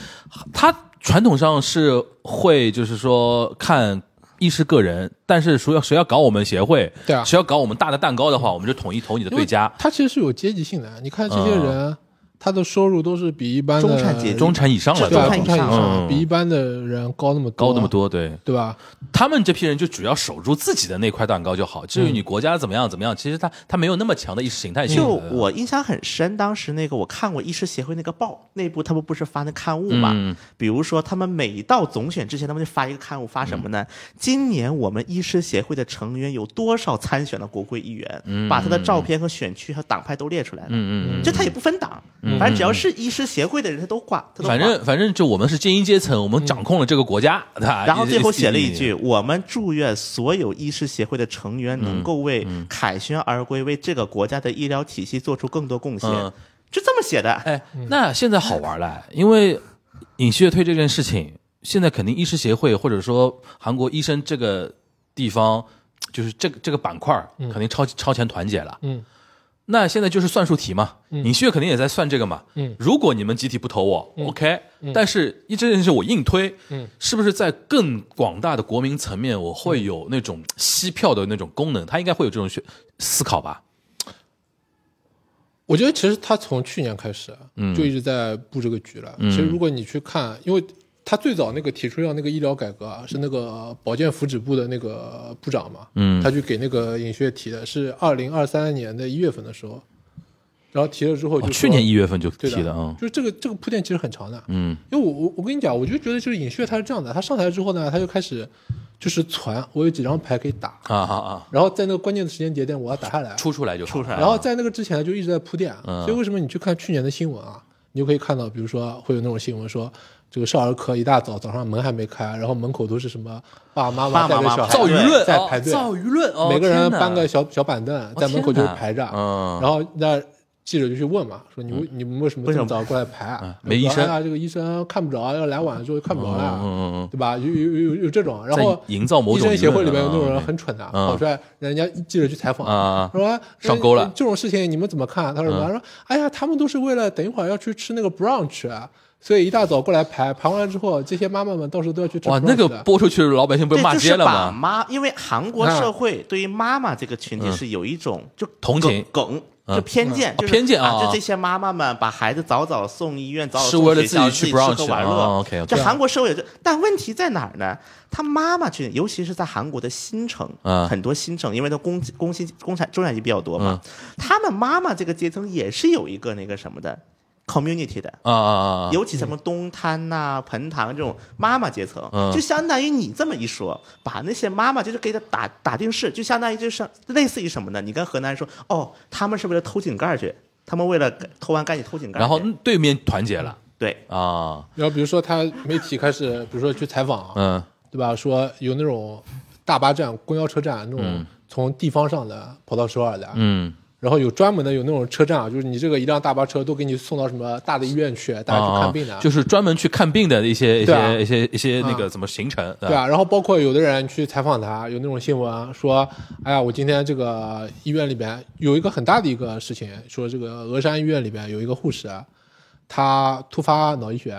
B: 他传统上是会就是说看医师个人，但是谁要谁要搞我们协会，
F: 对啊
B: 谁要搞我们大的蛋糕的话，我们就统一投你的
F: 因为
B: 对家。嗯
F: 他其实是有阶级性的。啊你看这些人，他的收入都是比一般的
E: 中产阶级
B: 中产以上了，
F: 对啊
E: 中产
F: 中
E: 以
F: 产
E: 上
F: 以
B: 嗯
F: 上比一般的人高那么多
B: 高那么，多，对
F: 对吧？
B: 他们这批人就只要守住自己的那块蛋糕就好。至于
F: 嗯
B: 你国家怎么样怎么样，其实他他没有那么强的意识形态性。
E: 就
B: 对吧
E: 我印象很深，当时那个我看过医师协会那个报，内部他们不是发那刊物嘛？
B: 嗯
E: 比如说他们每到总选之前，他们就发一个刊物，发什么呢？今年我们医师协会的成员有多少参选了国会议员？把他的照片和选区和党派都列出来了。
B: 嗯嗯嗯嗯嗯
E: 就他也不分党，反正只要是医师协会的人，他都挂，他都挂
B: 反
E: 嗯
B: 正反正就我们是精英阶层，我们掌控了这个国家，对吧？
E: 然后最后写了一
B: 一
E: 句：“我们祝愿所有医师协会的成员
B: 嗯
E: 能够为凯旋而归，为这个国家的医疗体系做出更多贡献。
B: 嗯
E: 就这么写的。
B: 哎，那现在好玩了，因为尹锡悦退这件事情，现在肯定医师协会或者说韩国医生这个地方，就是这个这个板块儿肯定超、超前团结了。
F: 嗯，
B: 那现在就是算术题嘛，尹锡悦肯定也在算这个嘛。
F: 嗯，
B: 如果你们集体不投我、o k 但是一这件事我硬推，
F: 嗯，
B: 是不是在更广大的国民层面，我会有那种吸票的那种功能？他应该会有这种学思考吧？
F: 我觉得其实他从去年开始，嗯，就一直在布这个局了。
B: 嗯
F: 其实如果你去看，因为他最早那个提出要那个医疗改革啊，是那个保健福祉部的那个部长嘛，嗯，他去给那个尹学提的，是二零二三年的一月份的时候，然后提了之后就
B: 哦，
F: 说、
B: 去年一月份就
F: 对
B: 提的啊，
F: 就是这个这个铺垫其实很长的，嗯，因为我我我跟你讲，我就觉得就是尹旭他是这样的，他上台之后呢，他就开始就是传我有几张牌可以打，
B: 啊啊啊，
F: 然后在那个关键的时间节点我要打下来，
B: 出出来就嗯出
E: 出来
F: 然后在那个之前呢就一直在铺垫，啊所以为什么你去看去年的新闻啊，你就可以看到，比如说会有那种新闻说。这个少儿科一大早早上门还没开，然后门口都是什么爸爸妈
E: 爸
F: 妈
E: 爸
F: 带着
E: 妈妈
F: 小孩
E: 造
B: 造舆论
F: 在
B: 哦
F: 排队，
B: 造舆论哦，
F: 每个人
B: 天哪哦
F: 搬个小小板凳，在门口就
B: 天
F: 是
B: 哪
F: 排着，
B: 嗯
F: 然后那记者就去问嘛，说你为你们为什么这么早过来排啊？
B: 嗯没医生
F: 说哎呀这个医生看不着，啊要来晚了之后就看不着了，啊
B: 嗯嗯嗯
F: 对吧？有有有有有这种，然后
B: 在营造某种
F: 医生协会里面
B: 舆
F: 有
B: 论
F: 那种
B: 啊
F: 人
B: 对
F: 很蠢的，
B: 嗯
F: 跑出来人家记者去采访
B: 啊
F: 说哎
B: [laughs] 上钩了嗯
F: 这种事情你们怎么看？他说什么？他说哎呀，他们都是为了等一会儿要去吃那个 brunch 啊。所以一大早过来排，排完了之后，这些妈妈们到时候都要去吃
B: 哇，
F: brunch
B: 那个
F: 的
B: 播出去老百姓不
E: 对，
B: 是骂
E: 就
B: 街
E: 是
B: 了
E: 把
B: 吗？啊
E: 妈，因为韩国社会对于妈妈这个群体是有一种就
B: 嗯同情
E: 梗，梗就偏见，
B: 嗯
E: 就
B: 啊
E: 是
B: 偏见啊
E: 啊，就这些妈妈们把孩子早早送医院，早早
B: 是
E: 送
B: 为了
E: 学校
B: 自己去
E: 吃喝
B: brunch
E: 玩
B: 啊
E: 乐。
B: ，OK，OK
E: 这韩国社会有这，但问题在哪儿呢？他妈妈去，尤其是在韩国的新城，
B: 嗯
E: 很多新城，因为它工工薪工产中产阶级比较多嘛，他们妈妈这个阶层也是有一个那个什么的。 community 的，
B: 啊啊啊啊！
E: 尤其什么东滩呐、彭塘这种妈妈阶层
B: 嗯，
E: 就相当于你这么一说，把那些妈妈就是给他打打定式，就相当于就是类似于什么呢？你跟河南人说，哦，他们是为了偷井盖儿去，他们为了偷完赶紧偷井盖儿去，
B: 然后对面团结了
E: 对，
B: 啊，
F: 然后比如说他媒体开始，比如说去采访，
B: 嗯
F: 对吧？说有那种大巴站、公交车站那种从地方上的跑到首尔的，
B: 嗯
F: 然后有专门的有那种车站啊，就是你这个一辆大巴车都给你送到什么大的医院去，大家去看病的，
B: 啊就是专门去看病的一些一
F: 对啊
B: 些一些一些那个怎么行程，
F: 对啊，然后包括有的人去采访他，有那种新闻说，哎呀，我今天这个医院里边有一个很大的一个事情，说这个峨山医院里边有一个护士，她突发脑溢血，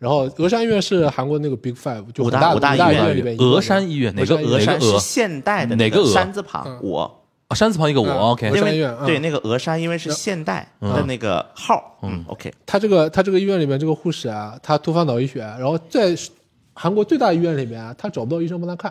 F: 然后峨山医院是韩国那个 Big Five 就
E: 五
F: 很
E: 大
F: 大
E: 五大
F: 的五大
E: 医院
F: 里边一个嘛，
B: 峨山医院哪个哪
E: 峨
F: 峨山医院
B: 个
E: 山是
B: 峨
E: 现代的
B: 哪
E: 那
B: 个峨
E: 山字旁
F: 嗯
E: 我。
B: 啊山字旁一个我
F: 嗯
B: ，OK，
F: 峨
E: 因
F: 山医
E: 为
F: 院嗯
E: 对那个峨山，因为是现代的那个号，嗯，OK，
F: 他这个他这个医院里面这个护士啊，他突发脑溢血，然后在韩国最大医院里面啊，他找不到医生帮他看，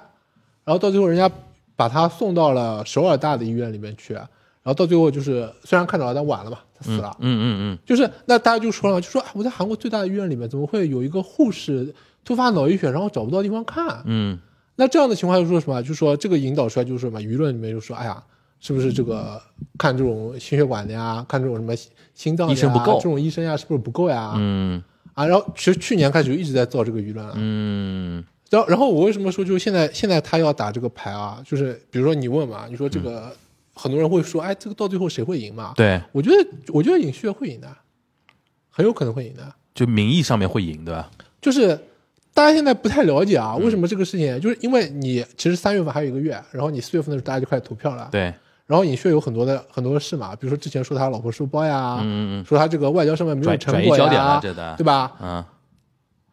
F: 然后到最后人家把他送到了首尔大的医院里面去，然后到最后就是虽然看着了，但晚了嘛，他死了。
B: 嗯嗯
F: 就是那大家就说了，就说、哎、我在韩国最大的医院里面，怎么会有一个护士突发脑溢血，然后找不到地方看？
B: 嗯
F: 那这样的情况就说什么？就说这个引导出来就是什么？舆论里面就说，哎呀，是不是这个看这种心血管的呀，看这种什么心脏的
B: 嗯
F: 呀
B: 医生不够
F: 这种医生呀，是不是不够呀？
B: 嗯
F: 啊，然后其实去年开始就一直在造这个舆论了。
B: 嗯
F: 然后，然后我为什么说就是现在现在他要打这个牌啊？就是比如说你问嘛，你说这个、很多人会说，哎，这个到最后谁会赢嘛？
B: 嗯，，对，
F: 我觉得我觉得尹旭会赢的，很有可能会赢的。
B: 就名义上面会赢，对吧？
F: 就是大家现在不太了解啊，为什么这个事
B: 嗯
F: 情？就是因为你其实三月份还有一个月，然后你四月份的时候大家就开始投票了。
B: 对，
F: 然后尹旭有很多的很多事嘛，比如说之前说他老婆收包呀，
B: 嗯嗯
F: 说他这个外交上面没有
B: 转
F: 成
B: 转移
F: 果
B: 焦点了
F: 呀，
B: 这的
F: 对吧？
B: 嗯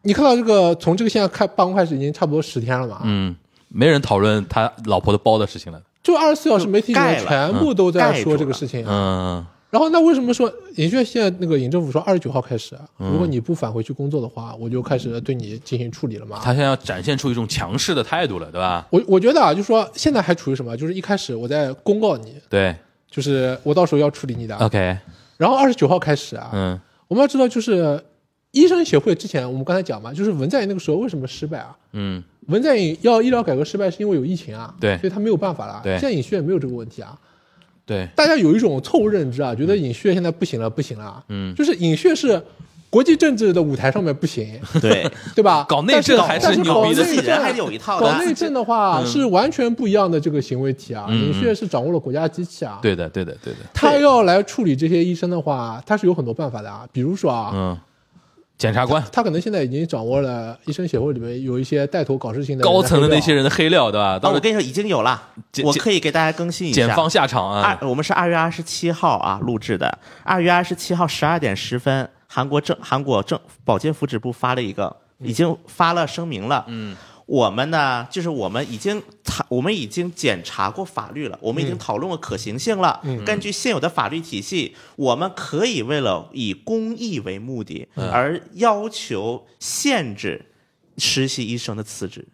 F: 你看到这个从这个现在开办公开始已经差不多十天了嘛？
B: 嗯，没人讨论他老婆的包的事情了。
F: 就二十四小时媒体里面
E: 就盖
F: 全部都在说这个事情啊。
B: 嗯
F: 然后那为什么说尹旭现在那个尹政府说二十九号开始，啊
B: 嗯
F: 如果你不返回去工作的话，我就开始对你进行处理了嘛？
B: 他现在要展现出一种强势的态度了，对吧？
F: 我我觉得啊，就说现在还处于什么？就是一开始我在公告你，
B: 对
F: 就是我到时候要处理你的。啊
B: ，OK，
F: 然后二十九号开始啊，
B: 啊嗯
F: 我们要知道，就是医生协会之前我们刚才讲嘛，就是文在寅那个时候为什么失败啊？
B: 嗯
F: 文在寅要医疗改革失败是因为有疫情啊，
B: 对
F: 所以他没有办法了。
B: 对
F: 现在尹旭也没有这个问题啊。
B: 对，
F: 大家有一种错误认知啊，觉得尹旭现在不行了，不行了。啊
B: 嗯
F: 就是尹旭是国际政治的舞台上面不行， [laughs]
B: 嗯
E: 对，
B: [laughs]
F: 对吧？
B: 搞内政
F: 但
B: 还
F: 但
B: 是
F: 是
B: 牛逼的
F: 搞
E: 自
F: 内
E: 己人
F: 政
E: 还是有一套
F: 搞内
E: 的，
F: 政的话是完全不一样的这个行为体啊。尹旭是掌握了国家机器啊，，
B: 对的，对的，对的，
F: 他要来处理这些医生的话，他是有很多办法的啊，比如说啊。
B: 嗯，检察官
F: 他可能现在已经掌握了医生协会里面有一些带头搞事情的人
B: 高层的那些
F: 黑料啊，
B: 人的黑料，对吧？
E: 啊，
B: 到
E: 我
B: 时候
E: 跟你说已经有了
B: 检，
E: 我
B: 检
E: 可以给大家更新一下。
B: 检方下场
E: 二
B: 啊，，
E: 我们是二月二十七号啊录制的，二月二十七号十二点十分，韩国政韩国政保健福祉部发了一个，已经发了声明了，嗯。我们呢，就是我们已经查，我们已经检查过法律了，我们
B: 嗯
E: 已经讨论过可行性了。根据现有的法律体系，我们可以为了以公益为目的
B: 嗯
E: 而要求限制实习医生的辞职。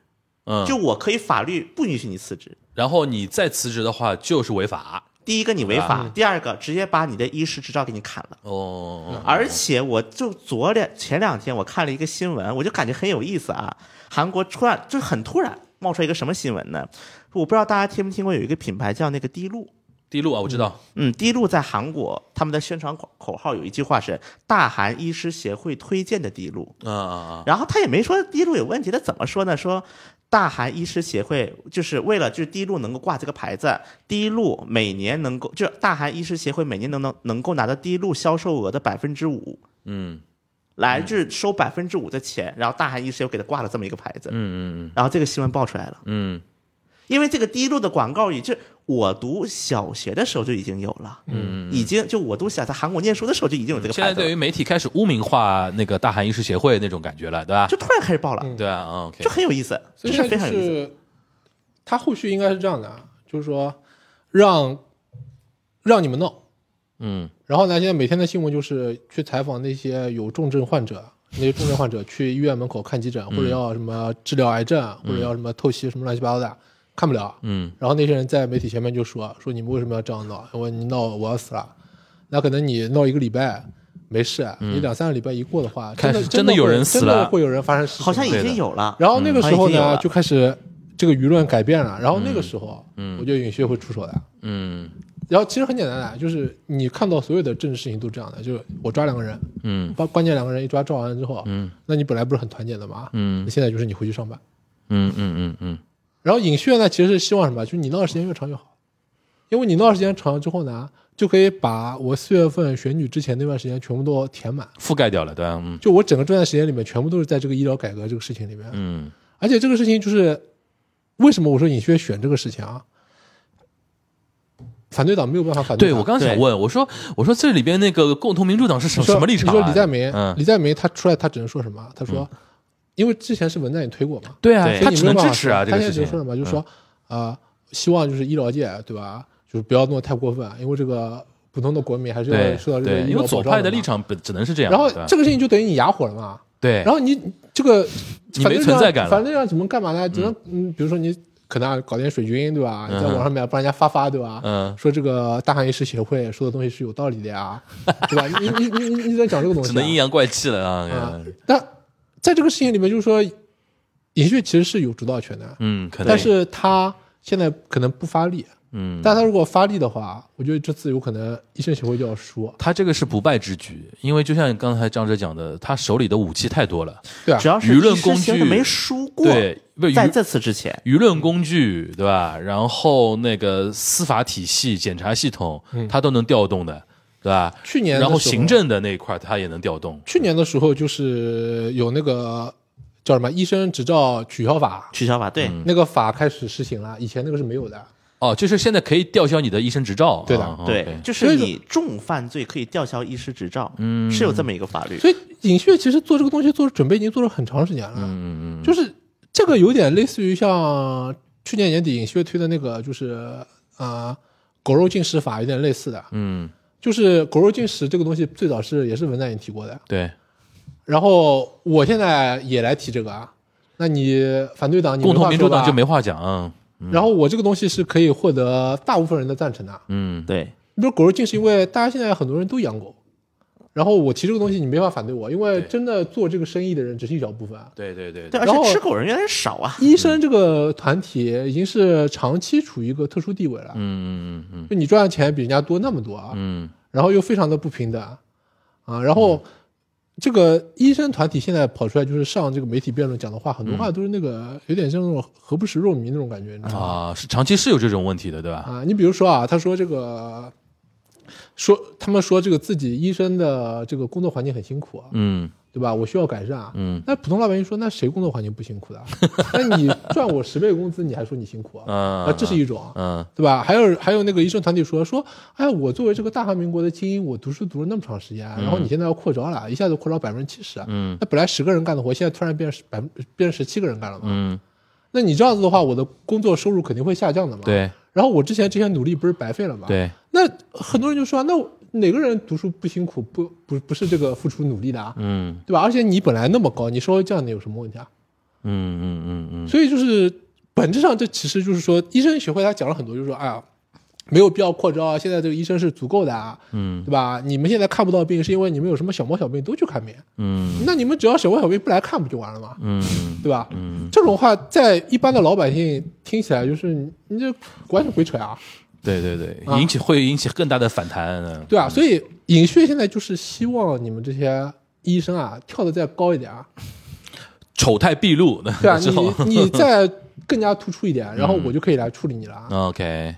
B: 嗯，
E: 就我可以法律不允许你辞职，
B: 然后你再辞职的话就是违法
E: 第一个你违法，第二个直接把你的医师执照给你砍了。
B: 哦，
E: 而且我就昨两前两天我看了一个新闻，我就感觉很有意思啊。韩国突然就很突然冒出来一个什么新闻呢？我不知道大家听没听过有一个品牌叫那个滴露，
B: 第一路啊，我知道，
E: 嗯，滴露在韩国他们的宣传口口号有一句话是“大韩医师协会推荐的滴露”，
B: 嗯嗯
E: 然后他也没说滴露有问题，他怎么说呢？说大韩医师协会就是为了就是滴露能够挂这个牌子，滴露每年能够就是大韩医师协会每年能能能够拿到滴露销售额的百分之五，
B: 嗯
E: 来就是收百分之五的钱，然后大韩医师又给他挂了这么一个牌子，
B: 嗯嗯
E: 然后这个新闻爆出来了，
B: 嗯
E: 因为这个滴露的广告语就是我读小学的时候就已经有了，嗯，已经就我读小在韩国念书的时候就已经有
B: 嗯，
E: 这个
B: 现
E: 牌
B: 在
E: 子
B: 对于
E: 了，
B: 媒体开始污名化那个大韩医师协会那种感觉了，对吧？
E: 就突然开始爆了，
B: 对啊嗯，OK，
E: 就很有意思，这
F: 所以
E: 事
F: 现
E: 儿非
F: 在
E: 常
F: 就
E: 有意思，
F: 是他后续应该是这样的，啊，就是说让让你们闹，
B: 嗯
F: 然后呢，现在每天的新闻就是去采访那些有重症患者，那些重症患者去医院门口看急诊，或者要什么治疗癌症，或者要什么透析什么乱七八糟的，看不了。
B: 嗯
F: 然后那些人在媒体前面就说说你们为什么要这样闹？我你闹我要死了。那可能你闹一个礼拜，没事，你两三个礼拜一过的话，
B: 开
F: 真
B: 始
F: 的
B: 真的
F: 会
B: 有人死
F: 真的
B: 了
F: 会有人发生事情，
E: 好像已
B: 对的
E: 经有了。
F: 然后那个
E: 嗯
F: 时候
E: 好像已经有
F: 呢，
E: 了嗯
F: 就开始这个舆论改变了，然后那个时候，我觉得尹学会出手的。
B: 嗯
F: 然后其实很简单的，就是你看到所有的政治事情都这样的，就是我抓两个人，
B: 嗯
F: 把关键两个人一抓抓完了之后，嗯，那你本来不是很团结的吗？
B: 嗯
F: 那现在就是你回去上班。
B: 嗯嗯嗯嗯
F: 然后尹炫呢，其实是希望什么？就是你闹的时间越长越好，因为你闹的时间长了之后呢，就可以把我四月份选举之前那段时间全部都填满。
B: 覆盖掉了，对吧？嗯
F: 就我整个这段时间里面，全部都是在这个医疗改革这个事情里面。
B: 嗯
F: 而且这个事情就是为什么我说尹薛选这个事情啊？反对党没有办法反
B: 对，
F: 党
B: 我刚刚想
E: 对
B: 问，我说我说这里边那个共同民主党是什
F: 你
B: 么
F: 说
B: 什么立场啊？
F: 你说李在明，
B: 嗯，
F: 李在明他出来他只能说什么？他说，因为之前是文在寅推过嘛，
B: 对啊
E: 对，
F: 所
B: 他
F: 以你
B: 只
F: 没有
B: 能
F: 办
B: 支
F: 法
B: 持啊，这
F: 说他
B: 个
F: 现在
B: 事情嗯
F: 只能说什么？就是说啊，希望就是医疗界对吧？就是不要弄得太过分，因为这个普通的国民还是
B: 对
F: 要受到这个
B: 对，因
F: 医疗
B: 为
F: 保
B: 左
F: 障
B: 派的
F: 嘛
B: 立。场本只能是这样的，
F: 然后
B: 对吧
F: 这个事情就等于你哑火了嘛？
B: 对，
F: 然后你这个
B: 哎你
F: 反
B: 没
F: 对
B: 存
F: 让
B: 在感了
F: 反正让怎么干嘛呢？只能嗯，比如说你可能搞点水军对吧？你在网上面帮人家发发对吧？
B: 嗯
F: 说这个大汉医师协会说的东西是有道理
B: [laughs]
F: 的呀，对吧？你你你你你在讲这个东西啊、
B: 只能阴阳怪气了
F: 啊
B: 啊。嗯。
F: 但在这个事情里面，就是说尹旭其实是有主导权的，
B: 嗯，可能
F: 但是他现在可能不发力。
B: 嗯，
F: 但他如果发力的话，我觉得这次有可能医生协会就要输，
B: 他这个是不败之举，因为就像刚才张哲讲的，他手里的武器太多了，
F: 对啊
E: 只，要是
B: 舆论工
E: 一时
B: 具
E: 行的没输过，
B: 对，不
E: 在
B: 舆
E: 这次之前，
B: 舆论工具对吧？然后那个司法体系、检察系统，他都能调动的，对吧？
F: 去年的
B: 然后
F: 时候
B: 行政的那一块他也能调动，
F: 去年的时候就是有那个叫什么医生执照取消法，
E: 取消法对，
B: 嗯
F: 那个法开始实行了，以前那个是没有的。
B: 哦，就是现在可以吊销你的医生执照，
F: 对的
B: 啊
E: 对，
B: OK
E: 就是你重犯罪可以吊销医师执照，嗯，是有这么一个法律。
F: 所以尹旭其实做这个东西做准备已经做了很长时间了，嗯嗯嗯，就是这个有点类似于像去年年底尹旭推的那个，就是啊、呃狗肉进食法有点类似的，
B: 嗯，
F: 就是狗肉进食这个东西最早是也是文在寅提过的，
B: 对，
F: 然后我现在也来提这个啊，那你反对党你没
B: 共同
F: 话
B: 民
F: 说
B: 主党
F: 吧
B: 就没话讲，嗯
F: 然后我这个东西是可以获得大部分人的赞成的。
B: 嗯，
E: 对，
F: 你比如狗肉禁是因为大家现在很多人都养狗，然后我提这个东西你没法反对我，因为
B: 对
F: 真的做这个生意的人只是一小部分。
B: 对对对
E: 对，
B: 对，
E: 而
F: 然后
E: 且吃狗人越来越少啊。
F: 医
B: 嗯
F: 生这个团体已经是长期处于一个特殊地位了，
B: 嗯嗯嗯
F: 就你赚的钱比人家多那么多啊，
B: 嗯
F: 然后又非常的不平等啊，然后这个医生团体现在跑出来就是上这个媒体辩论讲的话，很多话都是那个有点像那种何不食肉糜那种感觉，你知道吗？
B: 嗯啊，是长期是有这种问题的，对吧？
F: 啊，你比如说啊，他说这个，说他们说这个自己医生的这个工作环境很辛苦，啊，
B: 嗯
F: 对吧？我需要改善啊。
B: 嗯
F: 那普通老百姓说，那谁工作环境不辛苦的？啊那你赚我十倍工资，你还说你辛苦啊？
B: 啊
F: 啊，这是一种，
B: 嗯
F: 对吧？还有还有那个医生团体说说，哎，我作为这个大韩民国的精英，我读书读了那么长时间，啊然后你现在要扩招了，一下子扩招百分之七十，啊
B: 嗯
F: 那本来十个人干的活，现在突然变十百分变十七个人干了嘛？
B: 嗯，
F: 那你这样子的话，我的工作收入肯定会下降的嘛？。
B: 对
F: 然后我之前这些努力不是白费了吗？。
B: 对，
F: 那很多人就说，那哪个人读书不辛苦，不不不是这个付出努力的啊，
B: 嗯
F: 对吧？而且你本来那么高，你稍微降点有什么问题啊？
B: 嗯嗯嗯嗯，
F: 所以就是本质上，这其实就是说，医生学会他讲了很多，就是说，哎呀。没有必要扩招啊！现在这个医生是足够的啊，嗯，对吧？你们现在看不到病，是因为你们有什么小毛小病都去看病，
B: 嗯
F: 那你们只要小毛小病不来看不就完了吗？
B: 嗯
F: 对吧？嗯，这种话在一般的老百姓听起来就是你你这完全鬼扯啊，
B: 对对对，
F: 啊
B: 引起会引起更大的反弹的。
F: 对啊，所以尹旭现在就是希望你们这些医生啊跳得再高一点啊，
B: 丑态毕露，
F: 对啊，
B: 之后
F: 你你再更加突出一点，然后我就可以来处理你了啊。
B: OK。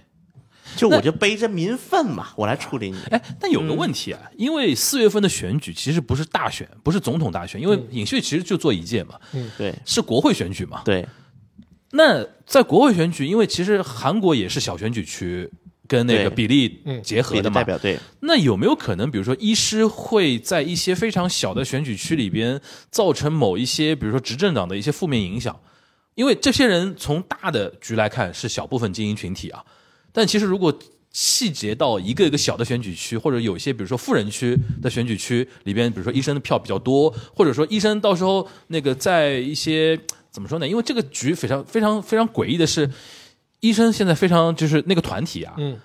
E: 就我就背着民愤嘛，我来处理你。
B: 哎，但有个问题啊，因为四月份的选举其实不是大选，不是总统大选，因为尹旭其实就做一届嘛，
E: 对
B: 是国会选举嘛。
E: 对，
B: 那在国会选举，因为其实韩国也是小选举区跟那个
E: 对
B: 比例结合
E: 别
B: 的
E: 的
B: 嘛
E: 代，表对，
B: 那有没有可能，比如说医师会在一些非常小的选举区里边造成某一些，比如说执政党的一些负面影响？因为这些人从大的局来看是小部分精英群体啊，但其实如果细节到一个一个小的选举区，或者有一些比如说富人区的选举区里边，比如说医生的票比较多，或者说医生到时候那个在一些怎么说呢？因为这个局非常非常非常诡异的是，医生现在非常就是那个团体啊，
F: 嗯，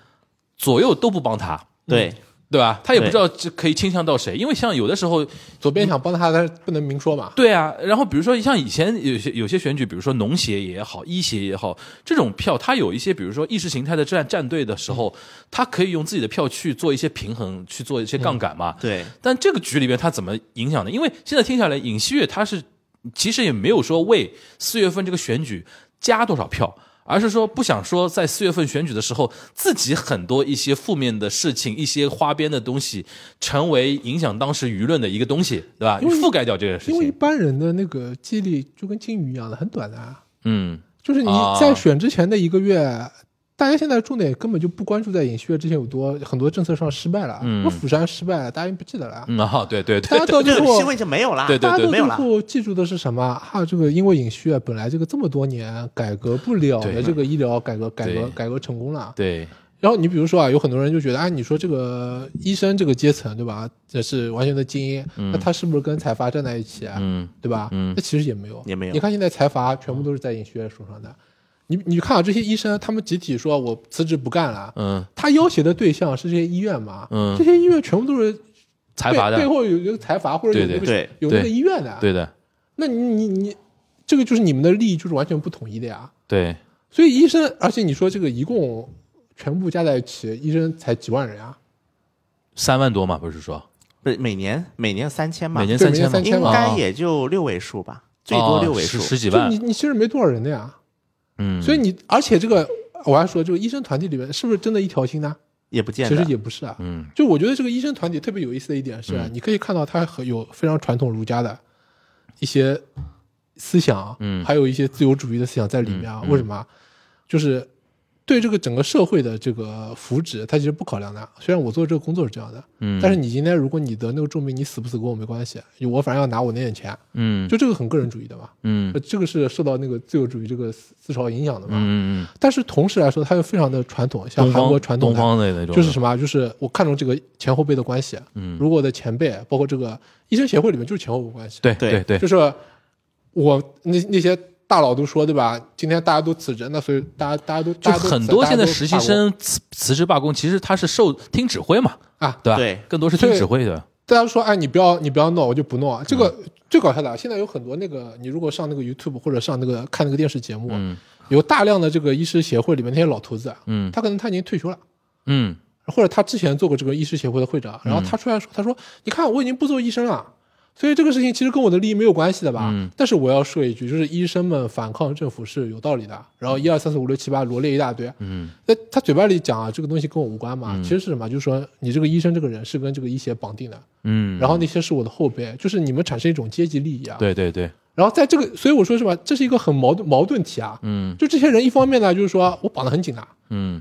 B: 左右都不帮他，
E: 对
B: 对吧？他也不
E: 对
B: 知道这可以倾向到谁，因为像有的时候，
F: 左边想帮他，但是不能明说嘛。
B: 对啊，然后比如说像以前有些有些选举，比如说农协也好，医协也好，这种票，它有一些比如说意识形态的站站队的时候，他可以用自己的票去做一些平衡，去做一些杠杆嘛。
E: 嗯对，
B: 但这个局里边他怎么影响呢？因为现在听下来，尹锡悦他是其实也没有说为四月份这个选举加多少票，而是说不想说在四月份选举的时候，自己很多一些负面的事情、一些花边的东西，成为影响当时舆论的一个东西，对吧？
F: 因为
B: 覆盖掉这个事
F: 因为一
B: 情。
F: 般人的那个记忆力就跟金鱼一样的，很短的、啊。
B: 嗯，
F: 就是你
B: 啊
F: 在选之前的一个月，大家现在重点根本就不关注在尹锡悦之前有多很多政策上失败了，
B: 嗯
F: 我釜山失败了，大家已经不记得了。
B: 嗯啊，对对
F: 大
B: 对
F: 家
B: 对
F: 到
E: [laughs]
F: 最
E: 这个
F: 后
E: 新，闻已经没有了，
B: 对对
F: 大家到
E: 没
F: 最
E: 有了。
F: 后记住的是什么？哈、这个因为尹锡悦本来这个这么多年改革不了
B: 对
F: 的这个医疗改革，改革
B: 对
F: 改革成功了。
B: 对，
F: 然后你比如说啊，有很多人就觉得，啊，你说这个医生这个阶层，对吧？这是完全的精英，那他是不是跟财阀站在一起啊？
B: 嗯
F: 对吧？
B: 嗯
F: 那其实也没有，
E: 也没有
F: 你看现在财阀全部都是在尹锡悦手上的。你你看啊，这些医生他们集体说我辞职不干了，
B: 嗯，
F: 他要挟的对象是这些医院嘛？
B: 嗯
F: 这些医院全部都是
B: 财阀
F: 背
B: 的
F: 背，后有一个财阀或者有
B: 对
F: 那个
E: 对
F: 有那个
B: 对
F: 医院的。啊
B: 对的，
F: 那你你你，这个就是你们的利益就是完全不统一的呀。
B: 对
F: 所以医生，而且你说这个一共全部加在一起，医生才几万人啊？
B: 三万多嘛，不是说
E: 不是每年每年三千嘛，
B: 每年
F: 对
B: 三千嘛，
F: 每年
E: 应
F: 3000嘛
E: 该
B: 哦
E: 也就六位数吧，最多
B: 哦
E: 六位
B: 十
E: 数。
B: 十几
F: 就
B: 万
F: 你，你其实没多少人的呀。
B: 嗯，
F: 所以你而且这个我还说这个医生团体里面是不是真的一条心呢？
E: 也不见
F: 其
E: 得
F: 实。也不是啊。
B: 嗯
F: 就我觉得这个医生团体特别有意思的一点是，啊你可以看到他很有非常传统儒家的一些思想，
B: 嗯
F: 还有一些自由主义的思想在里面啊。为什么啊？就是对这个整个社会的这个福祉，他其实不考量的。虽然我做这个工作是这样的，
B: 嗯，
F: 但是你今天如果你得那个重病，你死不死跟我没关系，我反正要拿我那点钱，
B: 嗯
F: 就这个很个人主义的嘛。
B: 嗯
F: 呃这个是受到那个自由主义这个思思潮影响的嘛。
B: 嗯嗯，
F: 但是同时来说，它又非常的传统，像
B: 东
F: 韩国
B: 方
F: 传统
B: 东
F: 的
B: 方的那种的，
F: 就是什么啊？就是我看重这个前后辈的关系。
B: 嗯
F: 如果我的前辈，包括这个医生协会里面，就是前后辈关系。，
B: 对
E: 对
B: 对
F: 就，是我那那些大佬都说，对吧？今天大家都辞职，那所以大家大家都
B: 就
F: 大家都
B: 很
F: 辞
B: 多
F: 大家
B: 现在
F: 都
B: 实习
F: 罢工
B: 生辞辞职罢工，其实他是受听指挥嘛，
F: 啊，
B: 对吧？
E: 对
B: 更多是听指挥的。
F: 大家说，哎，你不要你不要弄，我就不弄。这个最搞笑的啊，现在有很多那个，你如果上那个 YouTube 或者上那个看那个电视节目，啊有大量的这个医师协会里面那些老头子，啊
B: 嗯
F: 他可能他已经退休了。
B: 嗯
F: 或者他之前做过这个医师协会的会长，然后他出来说，他说：“你看，我已经不做医生了，所以这个事情其实跟我的利益没有关系的吧？
B: 嗯
F: 但是我要说一句，就是医生们反抗政府是有道理的。然后一二三四五六七八罗列一大堆，
B: 嗯，
F: 那他嘴巴里讲啊，这个东西跟我无关嘛，其实是什么？就是说你这个医生这个人是跟这个医协绑定的，
B: 嗯，
F: 然后那些是我的后辈，就是你们产生一种阶级利益啊。
B: 对对对，
F: 然后在这个，所以我说是吧，这是一个很矛盾矛盾体啊。
B: 嗯
F: 就这些人一方面呢，就是说我绑得很紧的，
B: 嗯